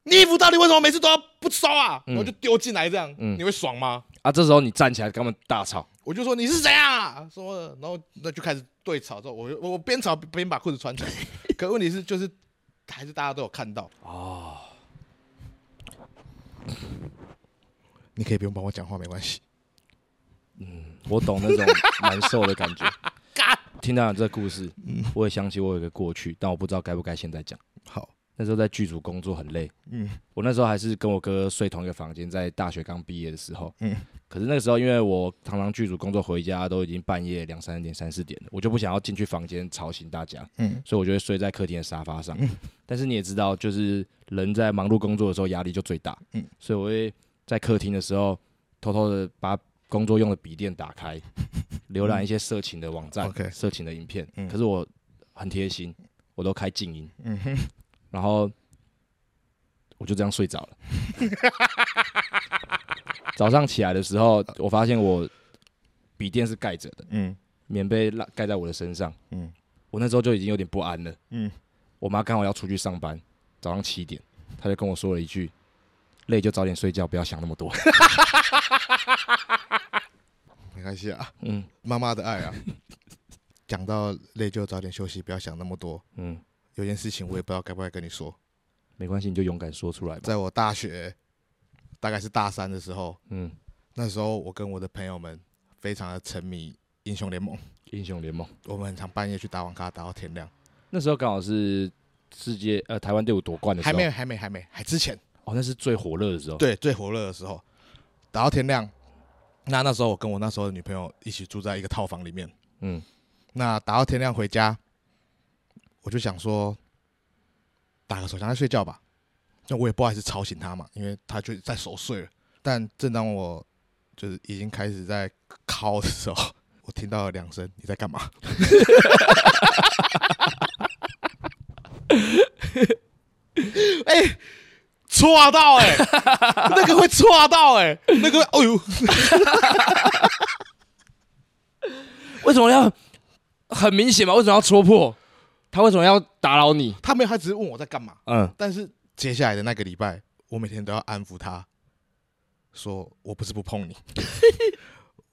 S2: 你衣服到底为什么每次都要不收啊？”然后就丢进来这样，你会爽吗？
S3: 啊，这时候你站起来跟他们大吵，
S2: 我就说你是谁啊？什么的，然后那就开始对吵，之后我就我我边吵边把裤子穿起来。可问题是就是还是大家都有看到哦。你可以不用帮我讲话，没关系。
S3: 我懂那种难受 的感觉。听到你这个故事，
S2: 嗯
S3: 我也想起我有一个过去，但我不知道该不该现在讲。
S2: 好，
S3: 那时候在剧组工作很累，
S2: 嗯
S3: 我那时候还是跟我哥睡同一个房间，在大学刚毕业的时候。
S2: 嗯
S3: 可是那个时候，因为我常常剧组工作回家都已经半夜两三点、三四点了，我就不想要进去房间吵醒大家，
S2: 嗯
S3: 所以我就会睡在客厅的沙发上。但是你也知道，就是人在忙碌工作的时候压力就最大，
S2: 嗯
S3: 所以我会在客厅的时候偷偷的把工作用的笔电打开，浏览一些色情的网
S2: 嗯
S3: 站、
S2: OK
S3: 色情的影片。
S2: 嗯
S3: 可是我很贴心，我都开静音，
S2: 嗯哼，
S3: 然后我就这样睡着了。早上起来的时候，我发现我笔电是盖着的，
S2: 嗯
S3: 棉被拉盖在我的身上。
S2: 嗯
S3: 我那时候就已经有点不安了。
S2: 嗯，
S3: 我妈刚好要出去上班，早上七点，她就跟我说了一句：“累就早点睡觉，不要想那么多。
S2: 没关系啊，”
S3: 嗯
S2: 妈妈的爱啊。讲到累就早点休息，不要想那么多。
S3: 嗯，
S2: 有件事情我也不知道该不该跟你说，
S3: 没关系，你就勇敢说出来吧。
S2: 在我大学大概是大三的时候，
S3: 嗯，
S2: 那时候我跟我的朋友们非常的沉迷英雄联盟，
S3: 英雄联盟
S2: 我们很常半夜去打网咖，打到天亮。
S3: 那时候刚好是世界呃台湾队伍夺冠的时
S2: 还
S3: 候，
S2: 没有，还没，还没，还之前，
S3: 哦，那是最火热的时候。
S2: 对，最火热的时候，打到天亮。那那时候我跟我那时候的女朋友一起住在一个套房里面。
S3: 嗯
S2: 那打到天亮回家，我就想说，打个手枪再睡觉吧。那我也不好意思吵醒她嘛，因为她就在熟睡了。但正当我就是已经开始在敲的时候， 我听到了两声“你在干嘛”，哎、戳到哎、那个会戳到哎、那个会，哦呦，
S3: 为什么要很明显嘛，为什么要戳破？他为什么要打扰你？
S2: 他没有，他只是问我在干嘛。
S3: 嗯，
S2: 但是接下来的那个礼拜，我每天都要安抚他，说我不是不 碰你，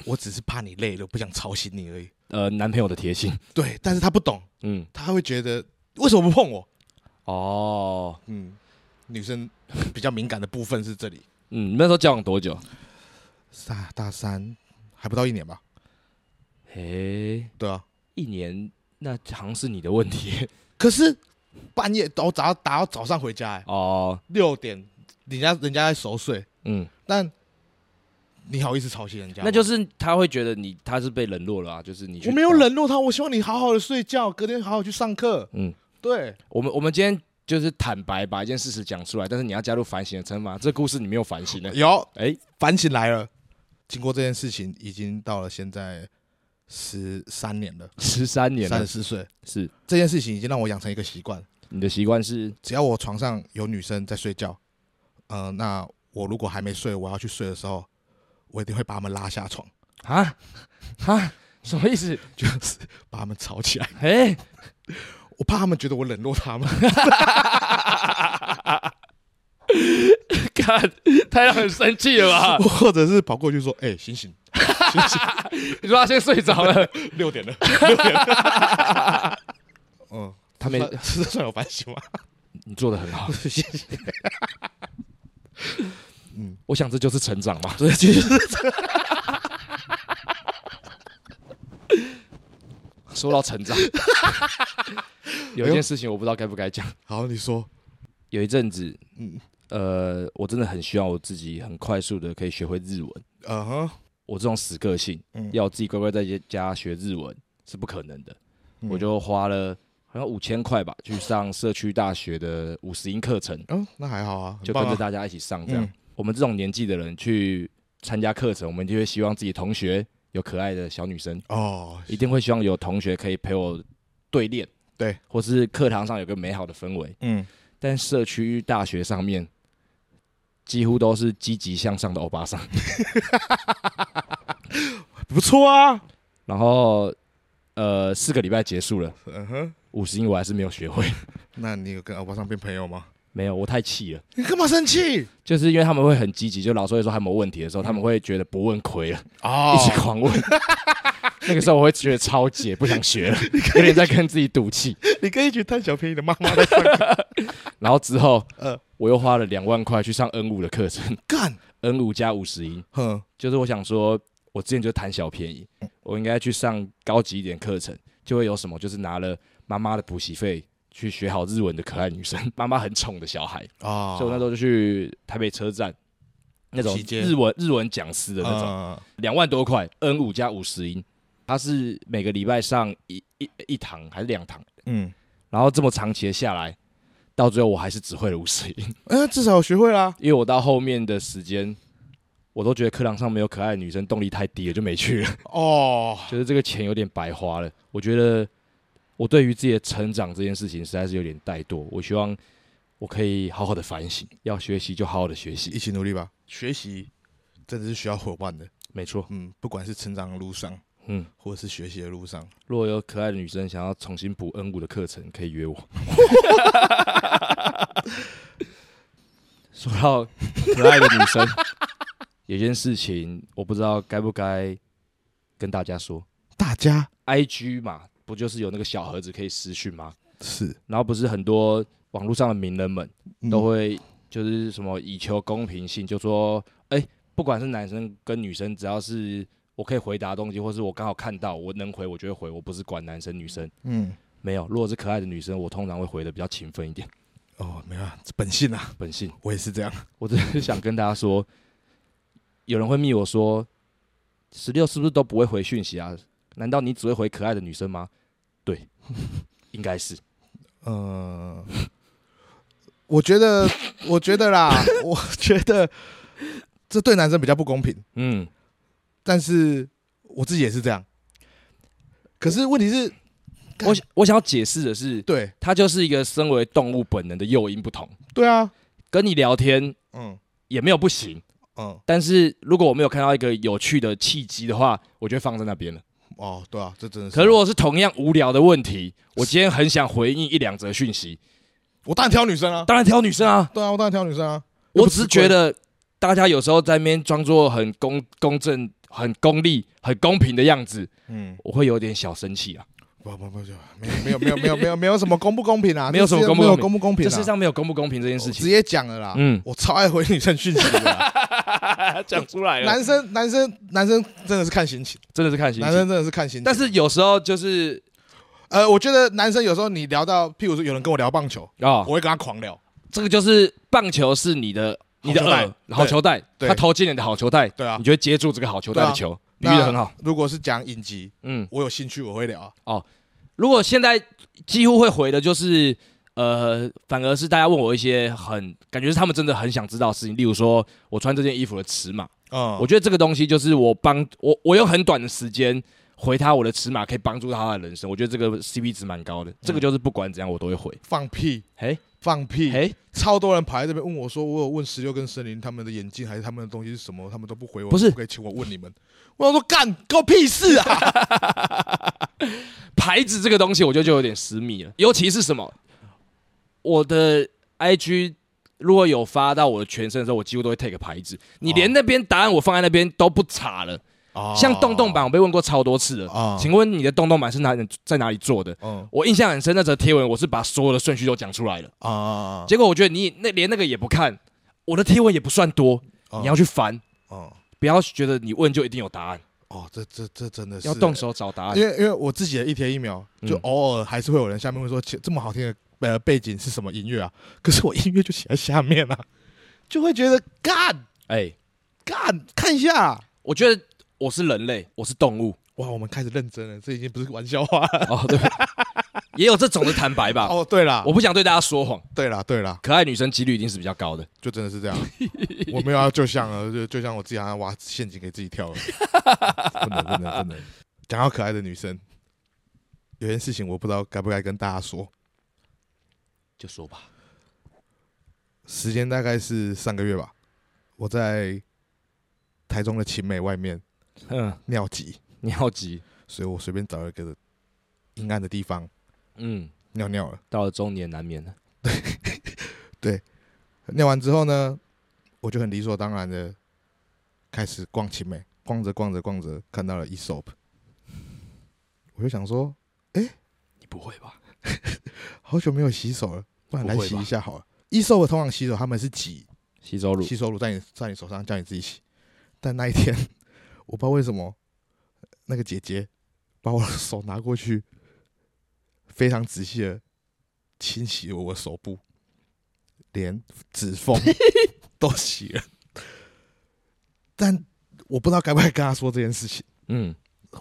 S2: 我只是怕你累了，不想吵醒你而已。
S3: 呃，男朋友的贴心，
S2: 对，但是他不懂，
S3: 嗯，
S2: 他会觉得为什么不碰我？
S3: 哦，
S2: 嗯，女生比较敏感的部分是这里。
S3: 嗯，你们那时候交往多久？
S2: 大大三还不到一年吧？
S3: 诶、
S2: 对啊。
S3: 一年，那好像是你的问题
S2: 可是半夜都打到打到早上回家、欸，
S3: 哦，
S2: 六点，人家人家在熟睡，
S3: 嗯，
S2: 但你好意思吵醒人家吗？
S3: 那就是他会觉得你他是被冷落了啊，就是你去
S2: 我没有
S3: 打
S2: 冷落他，我希望你好好的睡觉，隔天好好去上课。
S3: 嗯，
S2: 对，
S3: 我们我们今天就是坦白把一件事实讲出来，但是你要加入反省的惩罚。这故事你没有反省呢、
S2: 有
S3: 哎、
S2: 反省来了。经过这件事情，已经到了现在十三年了，
S3: 十三年
S2: 三
S3: 了
S2: 十，四岁。
S3: 是
S2: 这件事情已经让我养成一个习惯，
S3: 你的习惯是
S2: 只要我床上有女生在睡觉，呃，那我如果还没睡，我要去睡的时候，我一定会把她们拉下床，
S3: 啊啊什么意思？
S2: 就是把她们吵起来。
S3: 哎、
S2: 我怕她们觉得我冷落她们，
S3: 看太让人生气了 吧？
S2: 或者是跑过去说：“哎、醒醒，醒醒。”
S3: 你说他先睡着了，
S2: 六点了，六点了。嗯，
S3: 他没
S2: 算 这算有反省吗？
S3: 你做的很好，
S2: 谢谢。
S3: 嗯我想这就是成长嘛。
S2: 对，就是
S3: 说到成长，有一件事情我不知道该不该讲。
S2: 好，你说，
S3: 有一阵子，
S2: 嗯，
S3: 呃，我真的很希望我自己很快速的可以学会日文。
S2: 嗯哼，
S3: 我这种死个性，
S2: 嗯
S3: 要我自己乖乖在家学日文是不可能的。
S2: 嗯
S3: 我就花了好像五千块吧，去上社区大学的五十音课程，
S2: 嗯，那还好啊，
S3: 就
S2: 很
S3: 跟
S2: 棒啊，
S3: 着大家一起上。这样，
S2: 嗯
S3: 我们这种年纪的人去参加课程，我们就会希望自己同学有可爱的小女生，
S2: 哦，
S3: 一定会希望有同学可以陪我对练，
S2: 对，
S3: 或是课堂上有个美好的氛围。
S2: 嗯，
S3: 但社区大学上面几乎都是积极向上的欧巴桑，
S2: 不错啊，
S3: 然后呃，四个礼拜结束了，
S2: 嗯哼，
S3: 五十音我还是没有学会，
S2: 那你有跟欧巴桑变朋友吗？
S3: 没有，我太气了。
S2: 你干嘛生气？
S3: 就是因为他们会很积极，就老师会说他们有问题的时候，他
S2: 嗯
S3: 们会觉得不问亏了，
S2: 哦
S3: 一起狂问。 那个时候我会觉得超解，不想学了， 有点在跟自己赌气。
S2: 你跟一群贪小便宜的妈妈在上课
S3: 然后之后，
S2: 呃
S3: 我又花了两万块去上 N 五的课程
S2: 干，
S3: ，N 五加五十音，
S2: 哼，
S3: 就是我想说，我之前就贪小便宜，我应该去上高级一点课程，就会有什么，就是拿了妈妈的补习费去学好日文的可爱女生， 妈妈很宠的小孩，
S2: 啊
S3: 所以我那时候就去台北车站那种
S2: 期间
S3: 日文日文讲师的那种，
S2: 嗯
S3: 两万多块，N 五加五十音，他是每个礼拜上一一一堂还是两堂，
S2: 嗯，
S3: 然后这么长期的下来，到最后我还是只会了五十音，
S2: 哎，至少我学会啦。
S3: 因为我到后面的时间。我都觉得课堂上没有可爱的女生，动力太低了，就没去了。
S2: 哦，
S3: 觉得这个钱有点白花了。我觉得我对于自己的成长这件事情实在是有点怠惰，我希望我可以好好的反省，要学习就好好的学
S2: 一
S3: 习。
S2: 起努力吧，学习真的是需要伙伴的。
S3: 没错，
S2: 嗯，不管是成长的路上，
S3: 嗯，
S2: 或者是学习的路上，
S3: 如果有可爱的女生想要重新补 N 五的课程，可以约我。说到可爱的女生，有件事情我不知道该不该跟大家说
S2: 大家
S3: ，IG 嘛，不就是有那个小盒子可以私讯吗？
S2: 是
S3: 然后不是很多网络上的名人们
S2: 嗯
S3: 都会就是什么以求公平性，就说哎、不管是男生跟女生，只要是我可以回答的东西，或是我刚好看到我能回，我就会回，我不是管男生女生。
S2: 嗯，
S3: 没有，如果是可爱的女生，我通常会回的比较勤奋一点，
S2: 哦，没办法，这本性啊，
S3: 本性。
S2: 我也是这样。
S3: 我只是想跟大家说， 有人会密我说，十六是不是都不会回讯息啊？难道你只会回可爱的女生吗？对， 应该是。
S2: 嗯，我觉得，我觉得 啦，我觉得这对男生比较不公平，
S3: 嗯，
S2: 但是我自己也是这样。可是问题是，
S3: 我想我想要解释的是，
S2: 对
S3: 它就是一个身为动物本能的诱因不同。
S2: 对啊，
S3: 跟你聊天
S2: 嗯
S3: 也没有不行，
S2: 嗯
S3: 但是如果我没有看到一个有趣的契机的话，我就会放在那边了。
S2: 哦，对啊，这真的是。
S3: 可如果是同样无聊的问题，我今天很想回应一两则讯息，
S2: 我当然挑女生啊，
S3: 当然挑女生啊，
S2: 对啊，我当然挑女生啊。又
S3: 我
S2: 不
S3: 只是
S2: 吃亏
S3: 觉得大家有时候在那边装作很公公正、很功利、很公平的样子，
S2: 嗯，
S3: 我会有点小生气啊。
S2: 不不不，就没有没有没有没有没有没有什么公不公平啊，
S3: 没有什么
S2: 这世界
S3: 公不
S2: 没有
S3: 公平
S2: 公不公平
S3: 这
S2: 啊，
S3: 世界上没有公不公平这件事
S2: 我
S3: 情
S2: 直，接讲了啦，
S3: 嗯
S2: 嗯，我超爱回女生讯息的 啊，
S3: 讲出来
S2: 男生男生男生真的是看心情，
S3: 真的是看哎心
S2: 男
S3: 情。
S2: 生真的是看心情，
S3: 但是有时候就是
S2: 呃，我觉得男生有时候你聊到，譬如说有人跟我聊棒球，
S3: 啊、
S2: 我会跟他狂聊，
S3: 这个就是棒球是你的你的
S2: 好球带
S3: 饵好球带，
S2: 对
S3: 他投进了你的好球带，
S2: 对啊
S3: 你，就会接住这个好球带的球，比喻
S2: 那
S3: 的很好。。
S2: 如果是讲影集，
S3: 嗯，
S2: 我有兴趣我会聊啊，
S3: 如果现在几乎会回的就是，呃，反而是大家问我一些很感觉是他们真的很想知道的事情，例如说我穿这件衣服的尺码，
S2: 嗯，
S3: 我觉得这个东西就是我帮我我用很短的时间回他我的尺码，可以帮助到他的人生，我觉得这个 CP 值蛮高的，这个就是不管怎样我都会回。
S2: 放屁，
S3: 嗯嘿，
S2: 放屁，
S3: 嘿，
S2: 超多人跑在这边问我说，我有问十六跟森林他们的眼镜还是他们的东西是什么，他们都不回我，
S3: 不是
S2: 可以请我问你们？我想说干，关我屁事啊！
S3: 啊 牌子这个东西，我觉得就有点私密了，尤其是什么，我的 IG 如果有发到我的全身的时候，我几乎都会 take 牌子，你连那边答案我放在那边都不查了。像洞
S2: 哦
S3: 洞板，我被问过超多次了。
S2: 啊
S3: 请问你的洞洞板是哪里在哪里做的？
S2: 嗯
S3: 我印象很深，那则贴文我是把所有的顺序都讲出来了。
S2: 啊，
S3: 结果我觉得你那连那个也不看，我的贴文也不算多，
S2: 哦
S3: 你要去翻，
S2: 哦
S3: 不要觉得你问就一定有答案，
S2: 哦，这这这真的是
S3: 要动，手找答案
S2: 因。为因为我自己的一贴一秒，就
S3: 啊嗯
S2: 偶尔还是会有人下面会说，切这么好听的呃背景是什么音乐啊？ 可是我音乐就写在下面啊， 就会觉得干
S3: 哎，
S2: 干看一下，
S3: 我觉得我是人类，我是动 物。
S2: 哇，我们开始认真了，这已经不是玩笑 话了。
S3: 哦，对，也有这种的坦白吧。
S2: 哦，对啦，
S3: 我不想对大家说谎，
S2: 对啦，对啦，
S3: 可爱女生几率一定是比较高的。
S2: 就真的 是这样。我没有要就像啊，就就像我自己好像挖陷阱给自己 跳了，真的真的真的。讲到可爱的女生，有件事情我不知道该不该跟大家说。
S3: 就说吧，
S2: 时间大概是上个月吧，我在台中的晴美外面
S3: 嗯，
S2: 尿急，
S3: 你好急，
S2: 所以我随便找了一个阴暗的地方
S3: 嗯，
S2: 尿尿了。
S3: 到了中年难免了。
S2: 尿完之后呢，我就很理所当然的开始逛晴美，逛着逛着逛着，看到了 e s o p 我就想说，
S3: 你不会吧？
S2: 好久没有洗手了，不然来
S3: 不会吧
S2: 洗一下好了。e s o p 通常洗手他们是挤
S3: 吸收乳
S2: 洗手乳在你在你手上，叫你自己洗。但那一天， 我不知道为什么，那个姐姐把我的手拿过去，非常仔细的清洗我的手部，连指缝都洗了。但我不知道该不该跟她说这件事情，
S3: 嗯，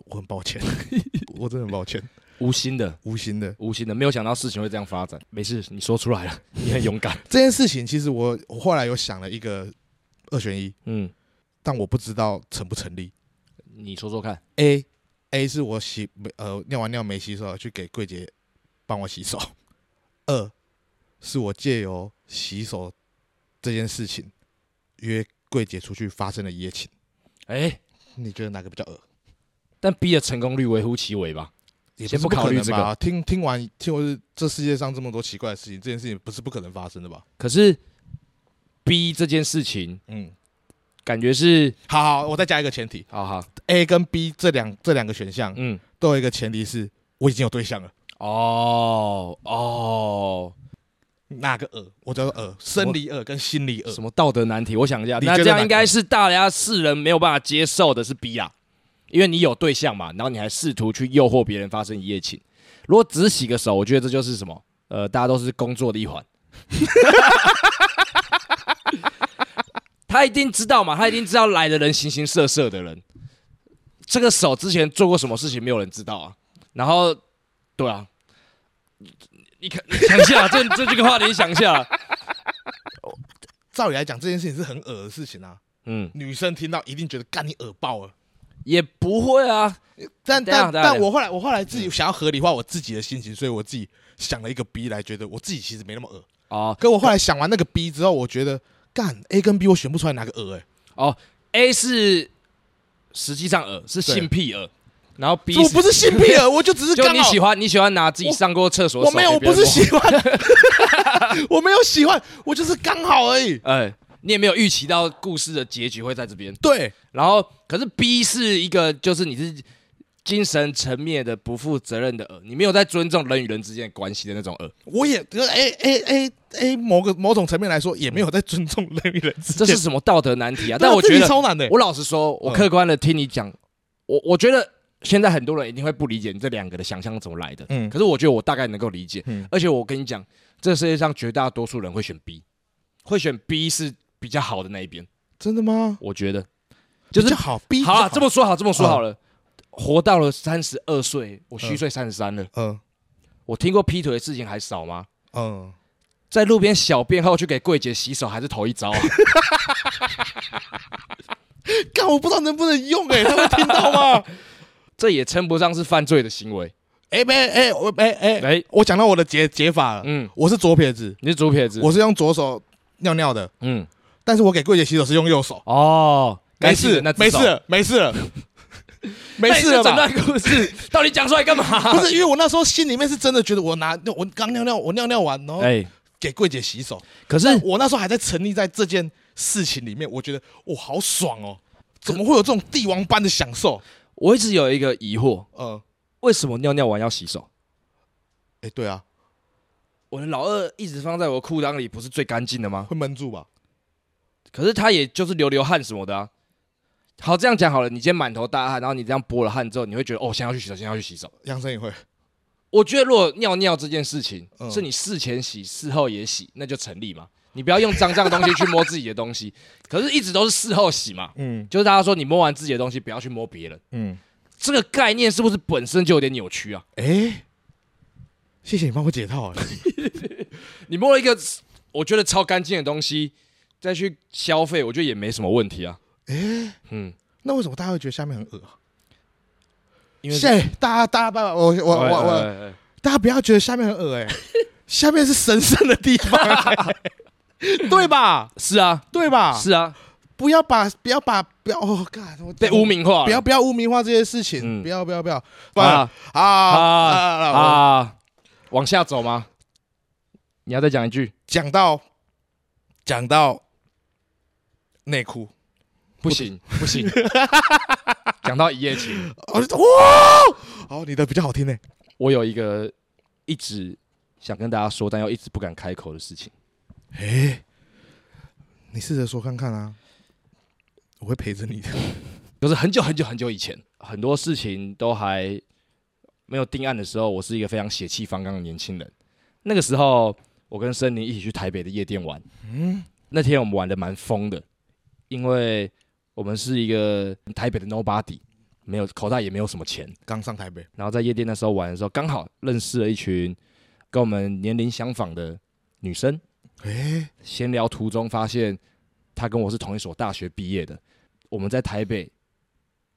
S2: 我很抱歉， 我真的很抱歉，
S3: 无心的，
S2: 无心的。
S3: 无心的，没有想到事情会这样发展。没事，你说出来 了，你很勇敢。
S2: 这件事情其实我我后来有想了一个二选一，
S3: 嗯，
S2: 但我不知道成不成立。
S3: 你说说看。
S2: A A 是我洗没呃尿完尿没洗手，去给柜姐帮我洗手。二是我借由洗手这件事情约柜姐出去发生了一夜情。
S3: 哎，
S2: 你觉得哪个比较恶？
S3: 但 B 的成功率微乎其微吧？
S2: 也
S3: 先
S2: 是
S3: 不考
S2: 可
S3: 虑
S2: 能
S3: 这
S2: 吧。听听完听我是这世界上这么多奇怪的事情，这件事情不是不可能发生的吧？
S3: 可是 B 这件事情，
S2: 嗯，
S3: 感觉是，
S2: 好好，我再加一个前提
S3: 好好，
S2: ，A 跟 B 这两这两个选项
S3: 嗯，
S2: 都有一个前提是我已经有对象了。
S3: 哦哦，
S2: 哪个恶？我叫做恶，生理恶跟心理恶。
S3: 什么道德难题？我想一下，
S2: 呃你
S3: 那
S2: 觉得
S3: 这样
S2: 哪
S3: 应该
S2: 个
S3: 是大家世人没有办法接受的是 B 啊，因为你有对象嘛，然后你还试图去诱惑别人发生一夜情。如果只洗个手，我觉得这就是什么？呃，大家都是工作的一环。 他一定知道嘛，他一定知道来的人形形色色的人。这个手之前做过什么事情，没有人知道啊。然后，对啊，你看，你想一下，这这这个话题，你想一下，
S2: 照理来讲，这件事情是很恶的事情啊，
S3: 嗯，
S2: 女生听到一定觉得干你恶爆了。
S3: 也不会啊，
S2: 但
S3: 等一下
S2: 但
S3: 等一下
S2: 但我后来我后来自己想要合理化我自己的心情，所以我自己想了一个 B 来，觉得我自己其实没那么恶。
S3: 哦
S2: 可我后来想完那个 B 之后，我觉得干 A 跟 B 我选不哎出来哪个恶哎、
S3: 哦，A 是实际上耳是性癖耳，然后逼
S2: 我
S3: 死
S2: 不是性癖 了，我就只是
S3: 就
S2: 刚
S3: 你
S2: 好
S3: 喜欢，你喜欢拿自己上过厕所的
S2: 我
S3: 手
S2: 没有，我
S3: 给别
S2: 不
S3: 人
S2: 是
S3: 摸
S2: 喜欢，我没有喜欢， 我就是刚好而已。
S3: 哎，你也没有预期到故事的结局会在这边。
S2: 对，
S3: 然后，可是 B 是一个，就是你是精神层面的不负责任的恶，你没有在尊重人与人之间的关系的那种恶，
S2: 我也哎哎哎哎，某个某种层面来说，也没有在尊重人与人之
S3: 这
S2: 间。
S3: 是什么道德难题啊？
S2: 对啊
S3: 但我
S2: 这
S3: 觉
S2: 题
S3: 得，
S2: 超难的，
S3: 我老实说，我
S2: 嗯
S3: 客观的听你讲，我我觉得现在很多人一定会不理解你这两个的想象怎么来的，
S2: 嗯
S3: 可是我觉得我大概能够理解，
S2: 嗯
S3: 而且我跟你讲，这世界上绝大多数人会选 B，会选 B 是比较好的那一边，
S2: 真的吗？
S3: 我觉得就是
S2: 比较好嗯逼，
S3: 好
S2: 啊，
S3: 了，这么说好，这么说好了。活到了三十二岁，我虚岁三十三了。
S2: 嗯
S3: 我听过劈腿的事情还少吗？
S2: 嗯，
S3: 在路边小便后去给柜姐洗手，还是头 一招啊？
S2: 干我不知道能不能用哎，他 会听到吗？
S3: 这也称不上是犯罪的行为。
S2: 哎没哎我哎哎，
S3: 哎，
S2: 我讲到我的解解法了，
S3: 嗯，
S2: 我是左撇子，
S3: 你是左撇子，
S2: 我是用左手尿尿的，
S3: 嗯，
S2: 但是我给柜姐洗手是用右手，
S3: 哦，
S2: 没
S3: 该死
S2: 事
S3: 的那
S2: 没事了没事了 没事了
S3: 整
S2: 吧？
S3: 段故事 到底讲出来干嘛？
S2: 不是，因为我那时候心里面是真的觉得我拿我刚尿尿，我尿尿完，然后
S3: 哎，
S2: 给柜姐洗手。
S3: 可是
S2: 但我那时候还在沉溺在这件事情里面，我觉得我好爽哦，怎么会有这种帝王般的享受？
S3: 我一直有一个疑惑，
S2: 呃，
S3: 为什么尿尿完要洗手？
S2: 哎，对啊，
S3: 我的老二一直放在我裤裆里，不是最干净的吗？
S2: 会闷住吧？
S3: 可是他也就是流流汗什么的啊。好，这样讲好了，你今天满头大汗，然后你这样拨了汗之后，你会觉得哦，先要去洗手，先要去洗手。
S2: 养生也会，
S3: 我觉得如果尿尿这件事情、
S2: 嗯
S3: 是你事前洗，事后也洗，那就成立嘛。你不要用脏脏的东西去摸自己的东西，可是一直都是事后洗嘛。
S2: 嗯
S3: 就是大家说你摸完自己的东西，不要去摸别人，
S2: 嗯，
S3: 这个概念是不是本身就有点扭曲啊？
S2: 哎，谢谢你帮我解套啊，
S3: 你摸了一个我觉得超干净的东西，再去消费，我觉得也没什么问题啊。
S2: 哎，
S3: 嗯，
S2: 那为什么大家会觉得下面很恶？
S3: 因为
S2: 谢谢大家，大家拜拜，我我
S3: 哎
S2: 我
S3: 哎
S2: 我，
S3: 哎哎
S2: 大家不要觉得下面很恶哎，下面是神圣的地方，哎对吧？
S3: 是啊，
S2: 对吧？
S3: 是啊，
S2: 不要把不要把不要哦，干我
S3: 被污名化了，
S2: 不要不要污名化这些事情，
S3: 嗯
S2: 不要不要不要，不然
S3: 啊
S2: 啊
S3: 啊
S2: 啊啊！
S3: 啊！往下走吗？你要再讲一句？
S2: 讲到讲到内裤，
S3: 不行，不 行。讲到一夜情，
S2: 哦哇，哦你的比较好听呢，
S3: 我有一个一直想跟大家说，但又一直不敢开口的事情。
S2: 哎，你试着说看看啊，我会陪着你的。
S3: 就是很久很久很久以前，很多事情都还没有定案的时候，我是一个非常血气方刚的年轻人。那个时候，我跟森林一起去台北的夜店玩。
S2: 嗯
S3: 那天我们玩的蛮疯的，因为我们是一个台北的 nobody，没有口袋也没有什么钱，
S2: 刚上台北，
S3: 然后在夜店那时候玩的时候，刚好认识了一群跟我们年龄相仿的女生。
S2: 哎，
S3: 闲聊途中发现，她跟我是同一所大学毕业的，我们在台北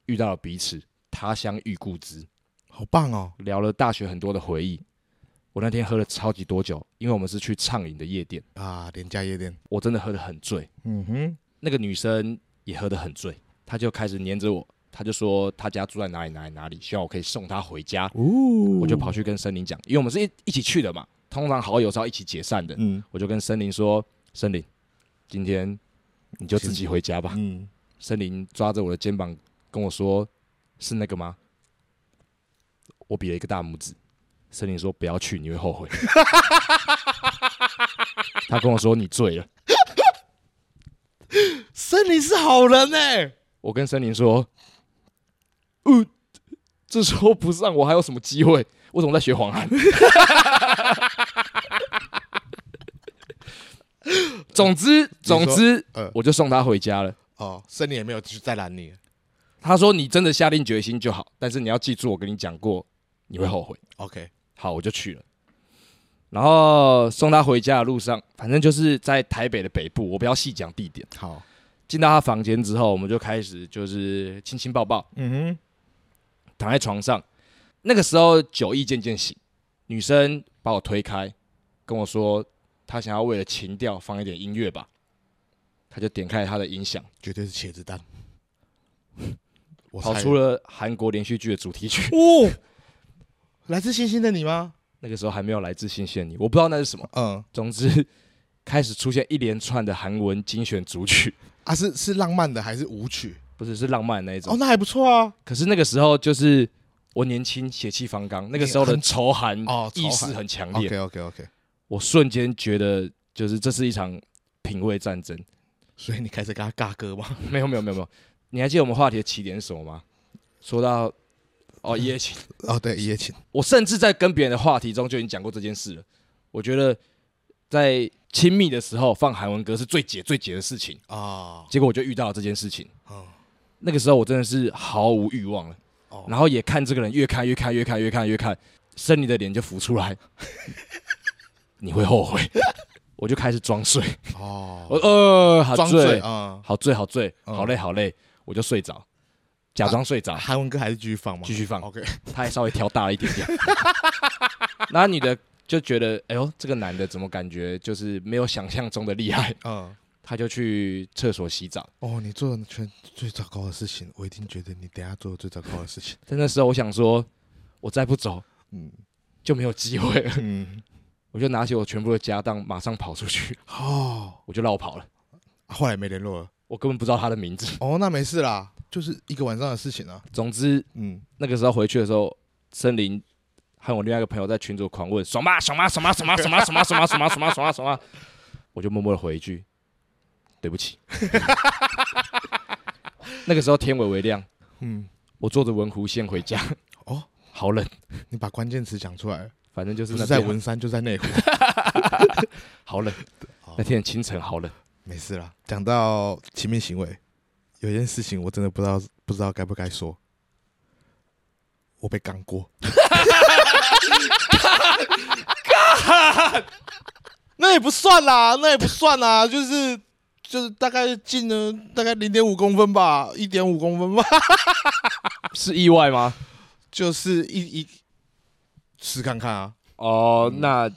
S3: 遇到了彼此，他乡遇故知，
S2: 好棒哦，
S3: 聊了大学很多的回忆。我那天喝了超级多酒，因为我们是去畅饮的夜店，
S2: 啊，廉价夜店，
S3: 我真的喝得很醉。
S2: 嗯哼，
S3: 那个女生也喝得很醉，她就开始黏着我，她就说她家住在哪里哪里哪里，希望我可以送她回家。
S2: 哦
S3: 我就，跑去跟森林讲，因为我们是一一起去的嘛，通常好友是要一起解散的。
S2: 嗯
S3: 我就跟森林说：“森林，今天你就自己回家吧。
S2: 嗯，”
S3: 森林抓着我的肩膀跟我说：“是那个吗？”我比了一个大拇指。森林说：“不要去，你会后悔。” 他跟我说：“你醉了。
S2: 森林是好人哎，”
S3: 我跟森林说：“嗯，这时候不上我还有什么机会？我怎么在学黄汉？” 总之，总之，
S2: 呃
S3: 我就送他回家了。
S2: 哦，森林也没有继续再拦你
S3: 他说：“你真的下定决心就好，但是你要记住，我跟你讲过，你会后悔。
S2: ，OK，”
S3: 好，我就去了。然后送他回家的路上，反正就是在台北的北部，我不要细讲地点。
S2: 好，
S3: 进到他房间之后，我们就开始就是亲亲抱抱，
S2: 嗯
S3: 躺在床上。那个时候酒意渐渐醒，女生把我推开，跟我说她想要为了情调放一点音乐吧。她就点开了她的音响，
S2: 哼，绝对是茄子蛋。我
S3: 跑
S2: 猜
S3: 出了韩国连续剧的主题曲。
S2: 哦，来自星星的你吗？
S3: 那个时候还没有来自新鲜你，我不知道那是什么。
S2: 嗯，
S3: 总之， 开始出现一连串的韩文精选组曲，
S2: 啊是是浪漫的还是舞曲？
S3: 不是是浪漫的那一种。
S2: 哦，那还不错啊。
S3: 可是那个时候就是我年轻，血气方刚，那个时候的仇韩
S2: 哦仇
S3: 意识
S2: 韩
S3: 很强烈，
S2: OK OK OK，
S3: 我瞬间觉得就是这是一场品味战争。
S2: 所以你开始跟他尬歌吗？
S3: 没有没有没有没有，你还记得我们话题的起点是什么吗？说到 哦一夜情，
S2: 哦，对，一夜情。
S3: 我甚至在跟别人的话题中就已经讲过这件事了。我觉得在亲密的时候放韩文歌是最解最解的事情，
S2: 哦，
S3: 结果我就遇到了这件事情。
S2: 嗯，
S3: 那个时候我真的是毫无欲望了，
S2: 哦
S3: 然后也看这个人越看越看越看越看越看，生你的脸就浮出 来，你会后悔。我就开始装睡，我
S2: 哦，
S3: 呃好
S2: 装
S3: 醉
S2: 醉，啊。
S3: 好醉好醉，
S2: 嗯啊
S3: 好累好累，我就睡着，假装睡着，
S2: 韩文歌还是继续放吗？
S3: 啊继续 放。
S2: OK，
S3: 他还稍微调大了 一点点。那女的就觉得，哎呦，这个男的怎么感觉就是没有想象中的厉害？
S2: 嗯，
S3: 他就去厕所洗澡。
S2: 哦，你做的全最糟糕的事情，我一定觉得你等一下做的最糟糕的事情。
S3: 但那时候我想说，我再不走
S2: 嗯
S3: 就没有机会了。
S2: 嗯，
S3: 我就拿起我全部的家当，马上跑出去，
S2: 哦，啊
S3: 我就绕跑了。
S2: 后来没联络了。
S3: 我根本不知道他的名字。
S2: 哦，那没事啦，就是一个晚上的事情啊。
S3: 总之
S2: 嗯，
S3: 那个时候回去的时候，森林和我另外一个朋友在群组狂问：“爽吗？爽吗？爽吗？爽吗？爽吗？爽吗？爽吗？爽吗？爽吗？爽吗？爽吗？”我就默默的回一句：“对不起。” 那个时候天微微亮，
S2: 嗯，
S3: 我坐着文湖线回家，
S2: 哦，
S3: 好冷，
S2: 你把关键词讲出来，
S3: 反正就是
S2: 不
S3: 那
S2: 是在
S3: 边
S2: 文山就在内湖。
S3: 好冷
S2: 哦，
S3: 那天的清晨好冷。
S2: 没事啦。讲到亲密行为，有一件事情我真的不知道不知道该不该说。我被刚过， 那也不算啦，那也不算啦，就是就是大概进了大概零点五公分吧，一点五公分吧，
S3: 是意外吗？
S2: 就是一一试看看啊，
S3: 哦，
S2: 嗯
S3: 那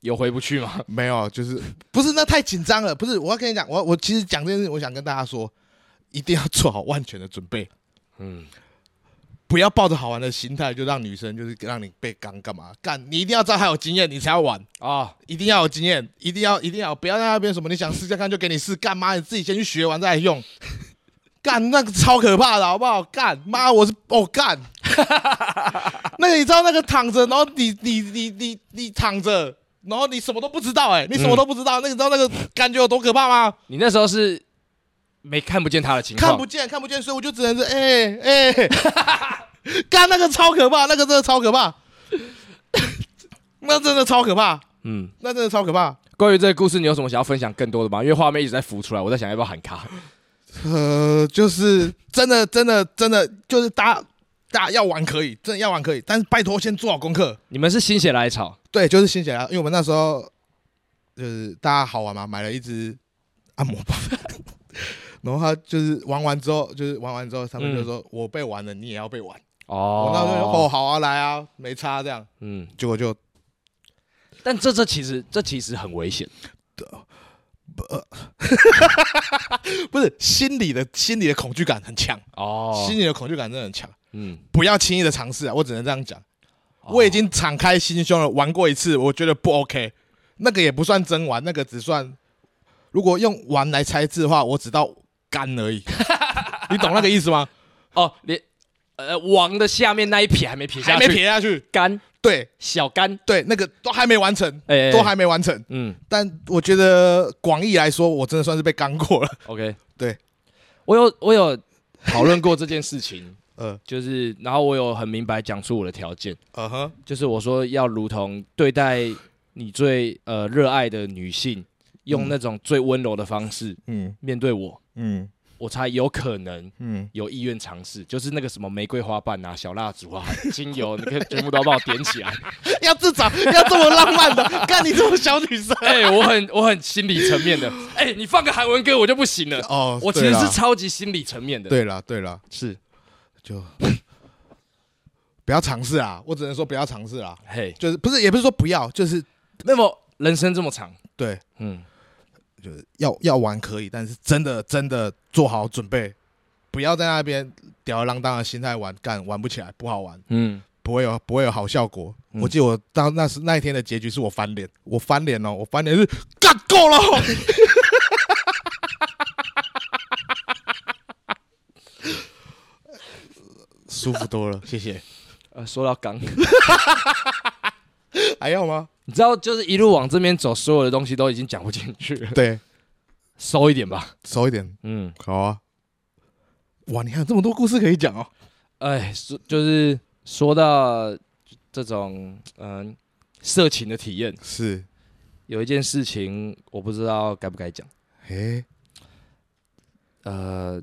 S3: 有回不去吗？
S2: 没有，啊就是 不是那太紧张了，不是我要跟你讲，我我其实讲这件事情，我想跟大家说，一定要做好万全的准备，
S3: 嗯，
S2: 不要抱着好玩的心态，就让女生就是让你被刚干嘛干，你一定要知道她有经验，你才要玩，
S3: 啊，
S2: 一定要有经验，一定要一定要，不要在那边什么你想试试看就给你试，干妈你自己先去学完再来用， 干那个超可怕的好不好？干妈我是哦干， 那个你知道那个躺着，然后你你你你你躺着。然后你什么都不知道哎、你什么都不知道，那你知道那个感觉有多可怕吗？
S3: 你那时候是没看不见他的情况，
S2: 看不见，看不见，所以我就只能是哎哎， 干、那个超可怕，那个真的超可怕， 那真的超可怕，
S3: 嗯。
S2: 那真的超可怕。
S3: 关于这个故事，你有什么想要分享更多的吗？因为画面一直在浮出来，我在想要不要喊卡。
S2: 呃，就是真的，真的，真的，就是大家大家要玩可以，真的要玩可以，但是拜托先做好功课。
S3: 你们是心血来潮，
S2: 对，就是新血啦，因为我们那时候就是大家好玩嘛，买了一只按摩棒， 然后他就是玩完之后，就是玩完之后，他们就说、我被玩了，你也要被玩。
S3: 哦
S2: 我那时候就说哦，好啊，来啊，没差这样。
S3: 嗯，
S2: 结果就
S3: 但这这其实这其实很危险，
S2: 不是心理的心理的恐惧感很强，
S3: 哦，
S2: 心理的恐惧感真的很强，
S3: 嗯，
S2: 不要轻易的尝试啊！我只能这样讲，
S3: 哦
S2: 我已经敞开心胸了，玩过一次，我觉得不 OK，那个也不算真玩，那个只算如果用玩来猜字的话，我只到干 而已，你懂那个意思吗？
S3: 哦，连呃王的下面那一撇还没撇下
S2: 还
S3: 去，
S2: 没撇下去，
S3: 干
S2: 对
S3: 小干，
S2: 对，那个都还没完成，
S3: 哎、哎
S2: 都还没完成，
S3: 嗯
S2: 但我觉得广义来说，我真的算是被刚过了，
S3: ，OK，
S2: 对，
S3: 我有我有讨论过这件事情，
S2: 呃
S3: 就是然后我有很明白讲出我的条件，
S2: 呃哼，
S3: 就是我说要如同对待你最呃热爱的女性，
S2: 嗯
S3: 用那种最温柔的方式
S2: 嗯
S3: 面对我，
S2: 嗯
S3: 我才有可能
S2: 嗯，
S3: 有意愿尝试，就是那个什么玫瑰花瓣啊、小蜡烛啊、 精油，你可以全部都帮我点起来。
S2: 要至少要这么浪漫的， 看你这么小女生。
S3: 哎、我很我很心理层面的。哎、你放个韩文歌我就不行了。
S2: 哦
S3: 我其实是超级心理层面的。，
S2: 对啦对啦，
S3: 是，
S2: 就不要尝试啊！我只能说不要尝试啊，
S3: 嘿，
S2: 就是不是也不是说不要，就是
S3: 那么人生这么长，
S2: 对，
S3: 嗯，
S2: 就是要要玩可以，但是真的真的做好准备，不要在那边吊儿郎当的心态玩，干玩不起来，不好玩，
S3: 嗯，
S2: 不会有不会有好效果。
S3: 嗯
S2: 我记得我当那时那一天的结局是我翻脸，我翻脸哦，我翻脸是干够了哦， 舒服多了，谢谢。
S3: 呃，说到刚，
S2: 还要吗？
S3: 你知道，就是一路往这边走，所有的东西都已经讲不进去了，
S2: 对，
S3: 收一点吧。
S2: 熟一点，
S3: 嗯，
S2: 好啊。哇，你还有这么多故事可以讲哦。
S3: 哎，说就是说到这种嗯、色情的体验，
S2: 是，
S3: 有一件事情我不知道该不该讲，
S2: 诶，
S3: 呃，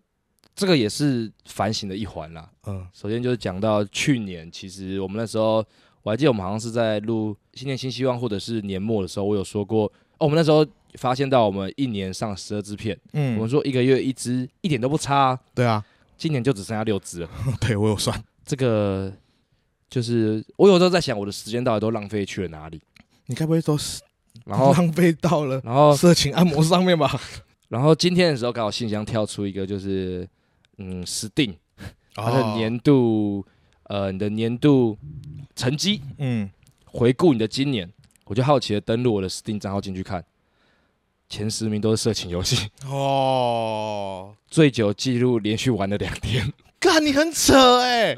S3: 这个也是反省的一环啦。
S2: 嗯，
S3: 首先就是讲到去年，其实我们那时候，我还记得我们好像是在录新年新希望或者是年末的时候，我有说过，哦，我们那时候发现到我们一年上十二支片，我们
S2: 嗯，
S3: 说一个月一支，一点都不差啊、
S2: 对啊，
S3: 今年就只剩下六支了。
S2: 嗯对我有算，
S3: 这个就是我有时候在想，我的时间到底都浪费去了哪里？
S2: 你该不会都是
S3: 然后，
S2: 浪费到了
S3: 然后，
S2: 色情按摩上面吧？
S3: 然后今天的时候，刚好信箱跳出一个，就是嗯，时定
S2: 哦
S3: 它的年度，呃，你的年度成绩。
S2: 哦，嗯，
S3: 回顾你的今年，我就好奇的登录我的 Steam 账号进去看，前十名都是色情游戏，
S2: 哦，
S3: 最久记录连续玩了两天。
S2: 干，你很扯哎，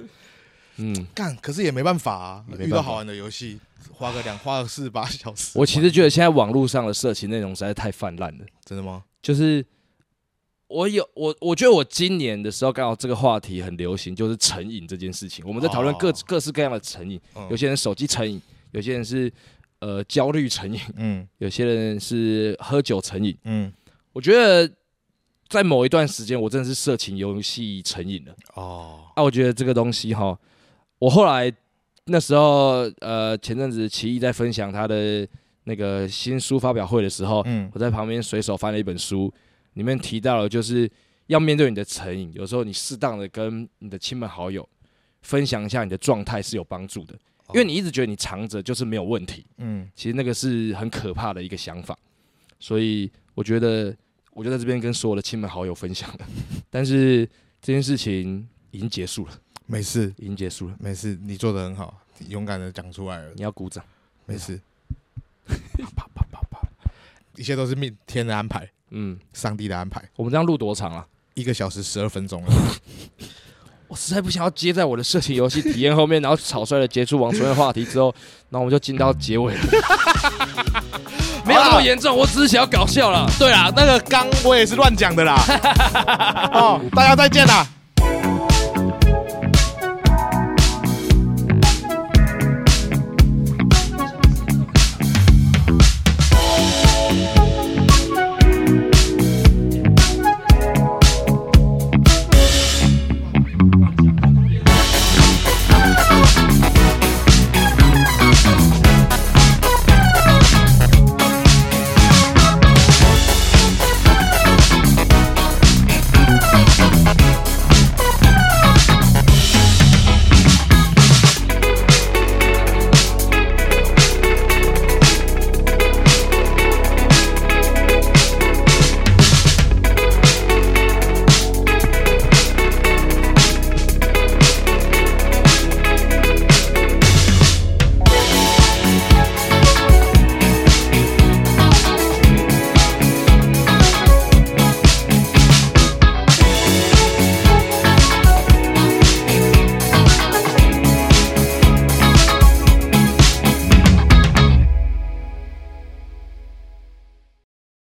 S3: 嗯，
S2: 干，可是也没办法啊，
S3: 也没办法
S2: 遇到好玩的游戏，花个两花个四十八小时玩，
S3: 我其实觉得现在网络上的色情内容实在太泛滥了，
S2: 真的吗？
S3: 就是。我有我，我觉得我今年的时候刚好这个话题很流行，就是成瘾这件事情。我们在讨论各、
S2: 哦
S3: 各式各样的成瘾，
S2: 嗯
S3: 有些人手机成瘾，有些人是呃焦虑成瘾，
S2: 嗯
S3: 有些人是喝酒成瘾。
S2: 嗯，
S3: 我觉得在某一段时间，我真的是色情游戏成瘾了。
S2: 哦，
S3: 啊，我觉得这个东西哈，我后来那时候呃，前阵子奇艺在分享他的那个新书发表会的时候，
S2: 嗯
S3: 我在旁边随手翻了一本书，里面提到了就是要面对你的成瘾，有时候你适当的跟你的亲朋好友分享一下你的状态是有帮助的，因为你一直觉得你藏着就是没有问题，
S2: 嗯，
S3: 其实那个是很可怕的一个想法，所以我觉得我就在这边跟所有的亲朋好友分享了，但是这件事情已经结束了。
S2: 没事
S3: 已经结束了，
S2: 没事，你做的很好，勇敢的讲出来了，
S3: 你要鼓掌。
S2: 没事，啪啪啪啪啪，一切都是命天的安排，
S3: 嗯，
S2: 上帝的安排，
S3: 我们这样录多长啊？
S2: 一个小时十二分钟了。
S3: 我实在不想要接在我的色情游戏体验后面，然后草率的结束王春的话题之后，那我们就进到结尾了。 没有那么严重，我只是想要搞笑啦。
S2: 对啦，那个刚我也是乱讲的啦。哦，大家再见啦。